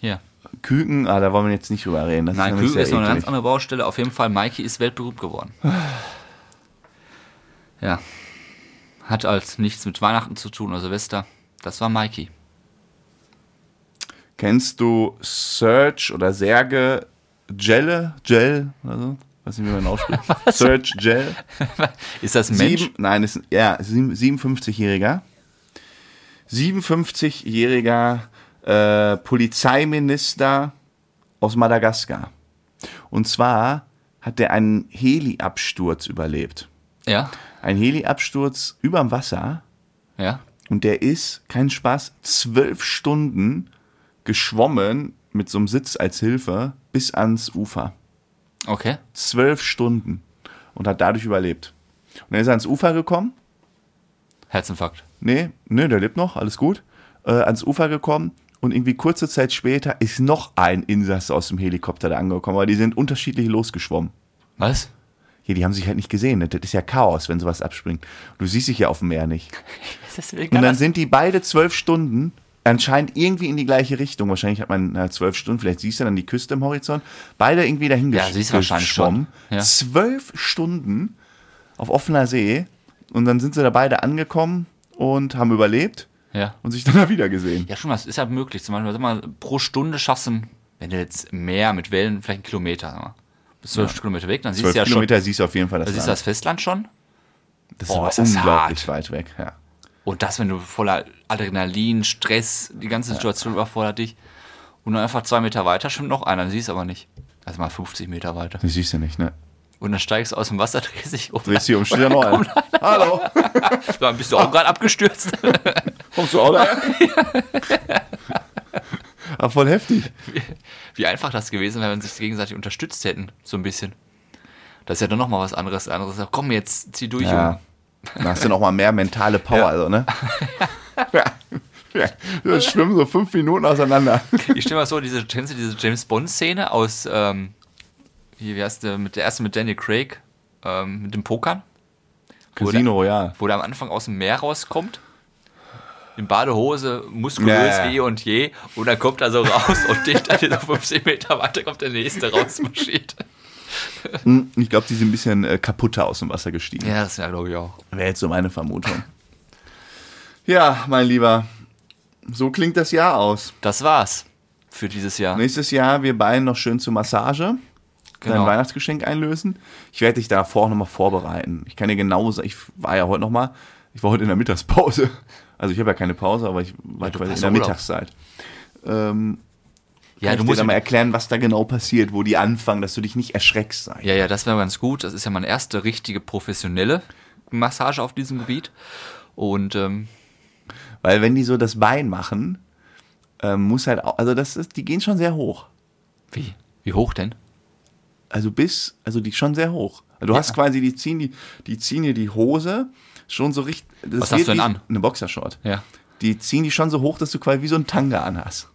[SPEAKER 2] Ja.
[SPEAKER 1] Küken, ah, da wollen wir jetzt nicht drüber reden. Das
[SPEAKER 2] Nein,
[SPEAKER 1] nämlich
[SPEAKER 2] Kühl ist
[SPEAKER 1] sehr
[SPEAKER 2] noch eine ganz
[SPEAKER 1] eklig.
[SPEAKER 2] andere Baustelle. Auf jeden Fall, Mikey ist weltberühmt geworden. Ja. Hat als nichts mit Weihnachten zu tun oder Silvester. Das war Mikey.
[SPEAKER 1] Kennst du Serge oder Serge Gelle? Gel? Also, weiß nicht, wie man ihn ausspricht. Serge Gel.
[SPEAKER 2] Ist das ein Mensch?
[SPEAKER 1] Sieben, nein, ist, ja, sieben- 57-Jähriger. 57-Jähriger äh, Polizeiminister aus Madagaskar. Und zwar hat er einen Heli-Absturz überlebt.
[SPEAKER 2] Ja.
[SPEAKER 1] Ein Heli-Absturz überm Wasser
[SPEAKER 2] Ja.
[SPEAKER 1] und der ist, kein Spaß, zwölf Stunden geschwommen mit so einem Sitz als Hilfe bis ans Ufer.
[SPEAKER 2] Okay.
[SPEAKER 1] Zwölf Stunden. Und hat dadurch überlebt. Und dann ist er ans Ufer gekommen
[SPEAKER 2] Herzinfarkt.
[SPEAKER 1] nee, nee, der lebt noch, alles gut, äh, ans Ufer gekommen und irgendwie kurze Zeit später ist noch ein Insasse aus dem Helikopter da angekommen, weil die sind unterschiedlich losgeschwommen.
[SPEAKER 2] Was?
[SPEAKER 1] Ja, die haben sich halt nicht gesehen, ne? das ist ja Chaos, wenn sowas abspringt. Du siehst dich ja auf dem Meer nicht.
[SPEAKER 2] Ist das egal?
[SPEAKER 1] Und dann sind die beide zwölf Stunden anscheinend irgendwie in die gleiche Richtung. Wahrscheinlich hat man na, zwölf Stunden, vielleicht siehst du dann die Küste im Horizont. Beide irgendwie dahin
[SPEAKER 2] Ja,
[SPEAKER 1] gesch-
[SPEAKER 2] siehst du wahrscheinlich
[SPEAKER 1] geschwommen.
[SPEAKER 2] schon. Ja.
[SPEAKER 1] Zwölf Stunden auf offener See und dann sind sie da beide angekommen und haben überlebt
[SPEAKER 2] ja.
[SPEAKER 1] und sich dann wieder gesehen.
[SPEAKER 2] Ja, schon was. Ist halt möglich. Zum Beispiel, sag mal, pro Stunde schaffst du, einen- wenn du jetzt mehr mit Wellen, vielleicht einen Kilometer, sag mal. Bis zwölf Kilometer weg, dann siehst
[SPEAKER 1] Zwölf
[SPEAKER 2] du ja
[SPEAKER 1] Kilometer siehst du auf jeden Fall das
[SPEAKER 2] schon, siehst du
[SPEAKER 1] Land.
[SPEAKER 2] das Festland schon.
[SPEAKER 1] Das
[SPEAKER 2] Boah,
[SPEAKER 1] aber
[SPEAKER 2] ist das
[SPEAKER 1] unglaublich weit weg. Ja.
[SPEAKER 2] Und das, wenn du voller Adrenalin, Stress, die ganze Situation überfordert dich. Und dann einfach zwei Meter weiter schwimmt noch einer, dann siehst du aber nicht. Also mal 50 Meter weiter.
[SPEAKER 1] Das siehst du nicht, ne?
[SPEAKER 2] Und dann steigst du aus dem Wasser, drehst dich um.
[SPEAKER 1] Drehst dich um, steht da noch ein. Hallo,
[SPEAKER 2] Dann bist du auch gerade abgestürzt.
[SPEAKER 1] kommst du auch da? Aber Ah, voll heftig.
[SPEAKER 2] Wie einfach das gewesen wäre, wenn sie sich gegenseitig unterstützt hätten. So ein bisschen. Das ist ja dann nochmal was anderes. anderes. sagt, Komm jetzt, zieh durch. Junge.
[SPEAKER 1] Ja. Da hast du noch mal mehr mentale Power, also, ne? Ja. Das schwimmen so fünf Minuten auseinander.
[SPEAKER 2] Ich stelle mir so diese, kennst du diese James Bond-Szene aus, ähm, hier, wie heißt der, mit der ersten mit Daniel Craig, ähm, mit dem Pokern,
[SPEAKER 1] Casino Royale.
[SPEAKER 2] wo der am Anfang aus dem Meer rauskommt, in Badehose, muskulös
[SPEAKER 1] Ja, ja.
[SPEAKER 2] wie eh und je, und dann kommt er so raus und dicht an dieser 50 Meter weiter kommt der nächste rausmarschiert.
[SPEAKER 1] Hm, Ich glaube, die sind ein bisschen äh, kaputter aus dem Wasser gestiegen.
[SPEAKER 2] Ja, das ist ja, glaube ich, auch.
[SPEAKER 1] Wäre jetzt so meine Vermutung. Ja, mein Lieber, so klingt das Jahr aus.
[SPEAKER 2] Das war's für dieses Jahr.
[SPEAKER 1] Nächstes Jahr wir beiden noch schön zur Massage. dein
[SPEAKER 2] Genau.
[SPEAKER 1] Weihnachtsgeschenk einlösen. Ich werde dich davor nochmal vorbereiten. Ich kann dir genau sagen, ich war ja heute nochmal, ich war heute in der Mittagspause. Also ich habe ja keine Pause, aber ich war
[SPEAKER 2] du
[SPEAKER 1] quasi in
[SPEAKER 2] hast
[SPEAKER 1] der
[SPEAKER 2] Urlaub.
[SPEAKER 1] Mittagszeit. Ähm, kann ich
[SPEAKER 2] ja, du
[SPEAKER 1] dir
[SPEAKER 2] musst
[SPEAKER 1] dann mal erklären, was da genau passiert, wo die anfangen, dass du dich nicht erschreckst. Sag ich.
[SPEAKER 2] Ja, ja, das wäre ganz gut. Das ist ja meine erste richtige professionelle Massage auf diesem Gebiet. Und ähm,
[SPEAKER 1] Weil wenn die so das Bein machen, ähm, muss halt auch, also das ist, die gehen schon sehr hoch.
[SPEAKER 2] wie? Wie hoch denn?
[SPEAKER 1] Also bis, also die schon sehr hoch. Also du hast quasi, die ziehen, die, die ziehen dir die Hose schon so richtig. das
[SPEAKER 2] Was hast
[SPEAKER 1] wird
[SPEAKER 2] du denn
[SPEAKER 1] wie
[SPEAKER 2] an?
[SPEAKER 1] Eine Boxershort.
[SPEAKER 2] Ja.
[SPEAKER 1] Die ziehen die schon so hoch, dass du quasi wie so ein Tanga anhast.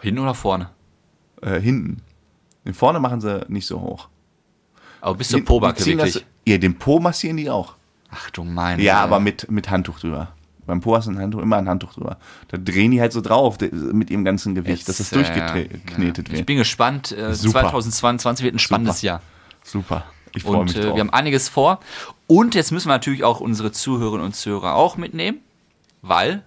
[SPEAKER 2] Hinten oder vorne?
[SPEAKER 1] Äh, hinten. Den vorne machen sie nicht so hoch.
[SPEAKER 2] Aber bis
[SPEAKER 1] Die-
[SPEAKER 2] zur Pobacke
[SPEAKER 1] die ziehen
[SPEAKER 2] wirklich.
[SPEAKER 1] Das, ja, den Po massieren die auch.
[SPEAKER 2] Ach du meine.
[SPEAKER 1] Ja, aber
[SPEAKER 2] mit
[SPEAKER 1] mit, mit Handtuch drüber. Beim Po hast du ein Handtuch, immer ein Handtuch drüber. Da drehen die halt so drauf de- mit ihrem ganzen Gewicht, dass das durchgeknetet
[SPEAKER 2] äh, Ich
[SPEAKER 1] wird.
[SPEAKER 2] bin gespannt. Äh,
[SPEAKER 1] Super.
[SPEAKER 2] 2022 wird ein spannendes
[SPEAKER 1] Super.
[SPEAKER 2] Jahr.
[SPEAKER 1] Super. Ich freue mich
[SPEAKER 2] Und
[SPEAKER 1] drauf.
[SPEAKER 2] äh, wir haben einiges vor. Und jetzt müssen wir natürlich auch unsere Zuhörerinnen und Zuhörer auch mitnehmen, weil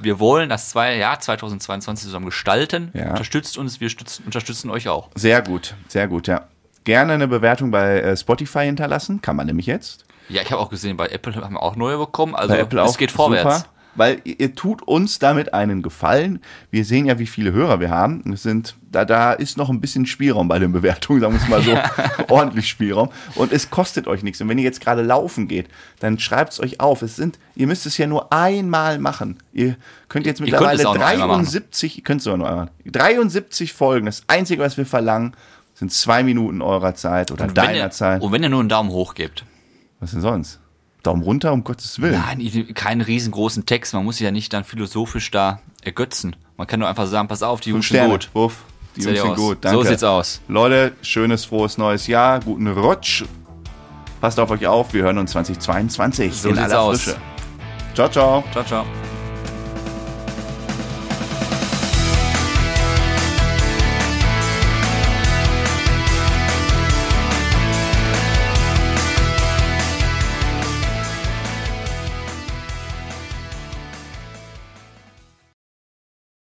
[SPEAKER 2] wir wollen das zwei Jahr 2022 zusammen gestalten.
[SPEAKER 1] Ja.
[SPEAKER 2] Unterstützt uns, wir stützen, unterstützen euch auch.
[SPEAKER 1] sehr gut, sehr gut, ja. Gerne eine Bewertung bei äh, Spotify hinterlassen. Kann man nämlich jetzt.
[SPEAKER 2] Ja, ich habe auch gesehen, bei Apple haben wir auch neue bekommen. Also
[SPEAKER 1] bei Apple auch.
[SPEAKER 2] es geht vorwärts.
[SPEAKER 1] Super, weil ihr, ihr tut uns damit einen Gefallen. Wir sehen ja, wie viele Hörer wir haben. Es sind, da, da ist noch ein bisschen Spielraum bei den Bewertungen, sagen wir es mal so. Ordentlich Spielraum. Und es kostet euch nichts. Und wenn ihr jetzt gerade laufen geht, dann schreibt es euch auf. Es sind, ihr müsst es ja nur einmal machen. Ihr könnt jetzt
[SPEAKER 2] könnt es
[SPEAKER 1] mittlerweile
[SPEAKER 2] auch noch einmal machen.
[SPEAKER 1] 73, ihr könnt es sogar noch einmal machen. 73 Folgen. Das Einzige, was wir verlangen, sind zwei Minuten eurer Zeit oder
[SPEAKER 2] Wenn
[SPEAKER 1] deiner
[SPEAKER 2] ihr,
[SPEAKER 1] Zeit.
[SPEAKER 2] Und wenn ihr nur einen Daumen hoch gebt.
[SPEAKER 1] Was denn sonst? Daumen runter, um Gottes Willen.
[SPEAKER 2] Nein, ich- keinen riesengroßen Text. Man muss sich ja nicht dann philosophisch da ergötzen. Man kann nur einfach sagen, pass auf, die Jungs sind
[SPEAKER 1] Sterne.
[SPEAKER 2] gut.
[SPEAKER 1] Wuff. Die Jungs
[SPEAKER 2] Seht ihr
[SPEAKER 1] sind
[SPEAKER 2] aus.
[SPEAKER 1] gut. Danke.
[SPEAKER 2] So sieht's aus.
[SPEAKER 1] Leute, schönes, frohes neues Jahr. Guten Rutsch. Passt auf euch auf. Wir hören uns 2022
[SPEAKER 2] So
[SPEAKER 1] in
[SPEAKER 2] sieht's
[SPEAKER 1] aller
[SPEAKER 2] aus.
[SPEAKER 1] Frische. Ciao, ciao.
[SPEAKER 2] Ciao, ciao.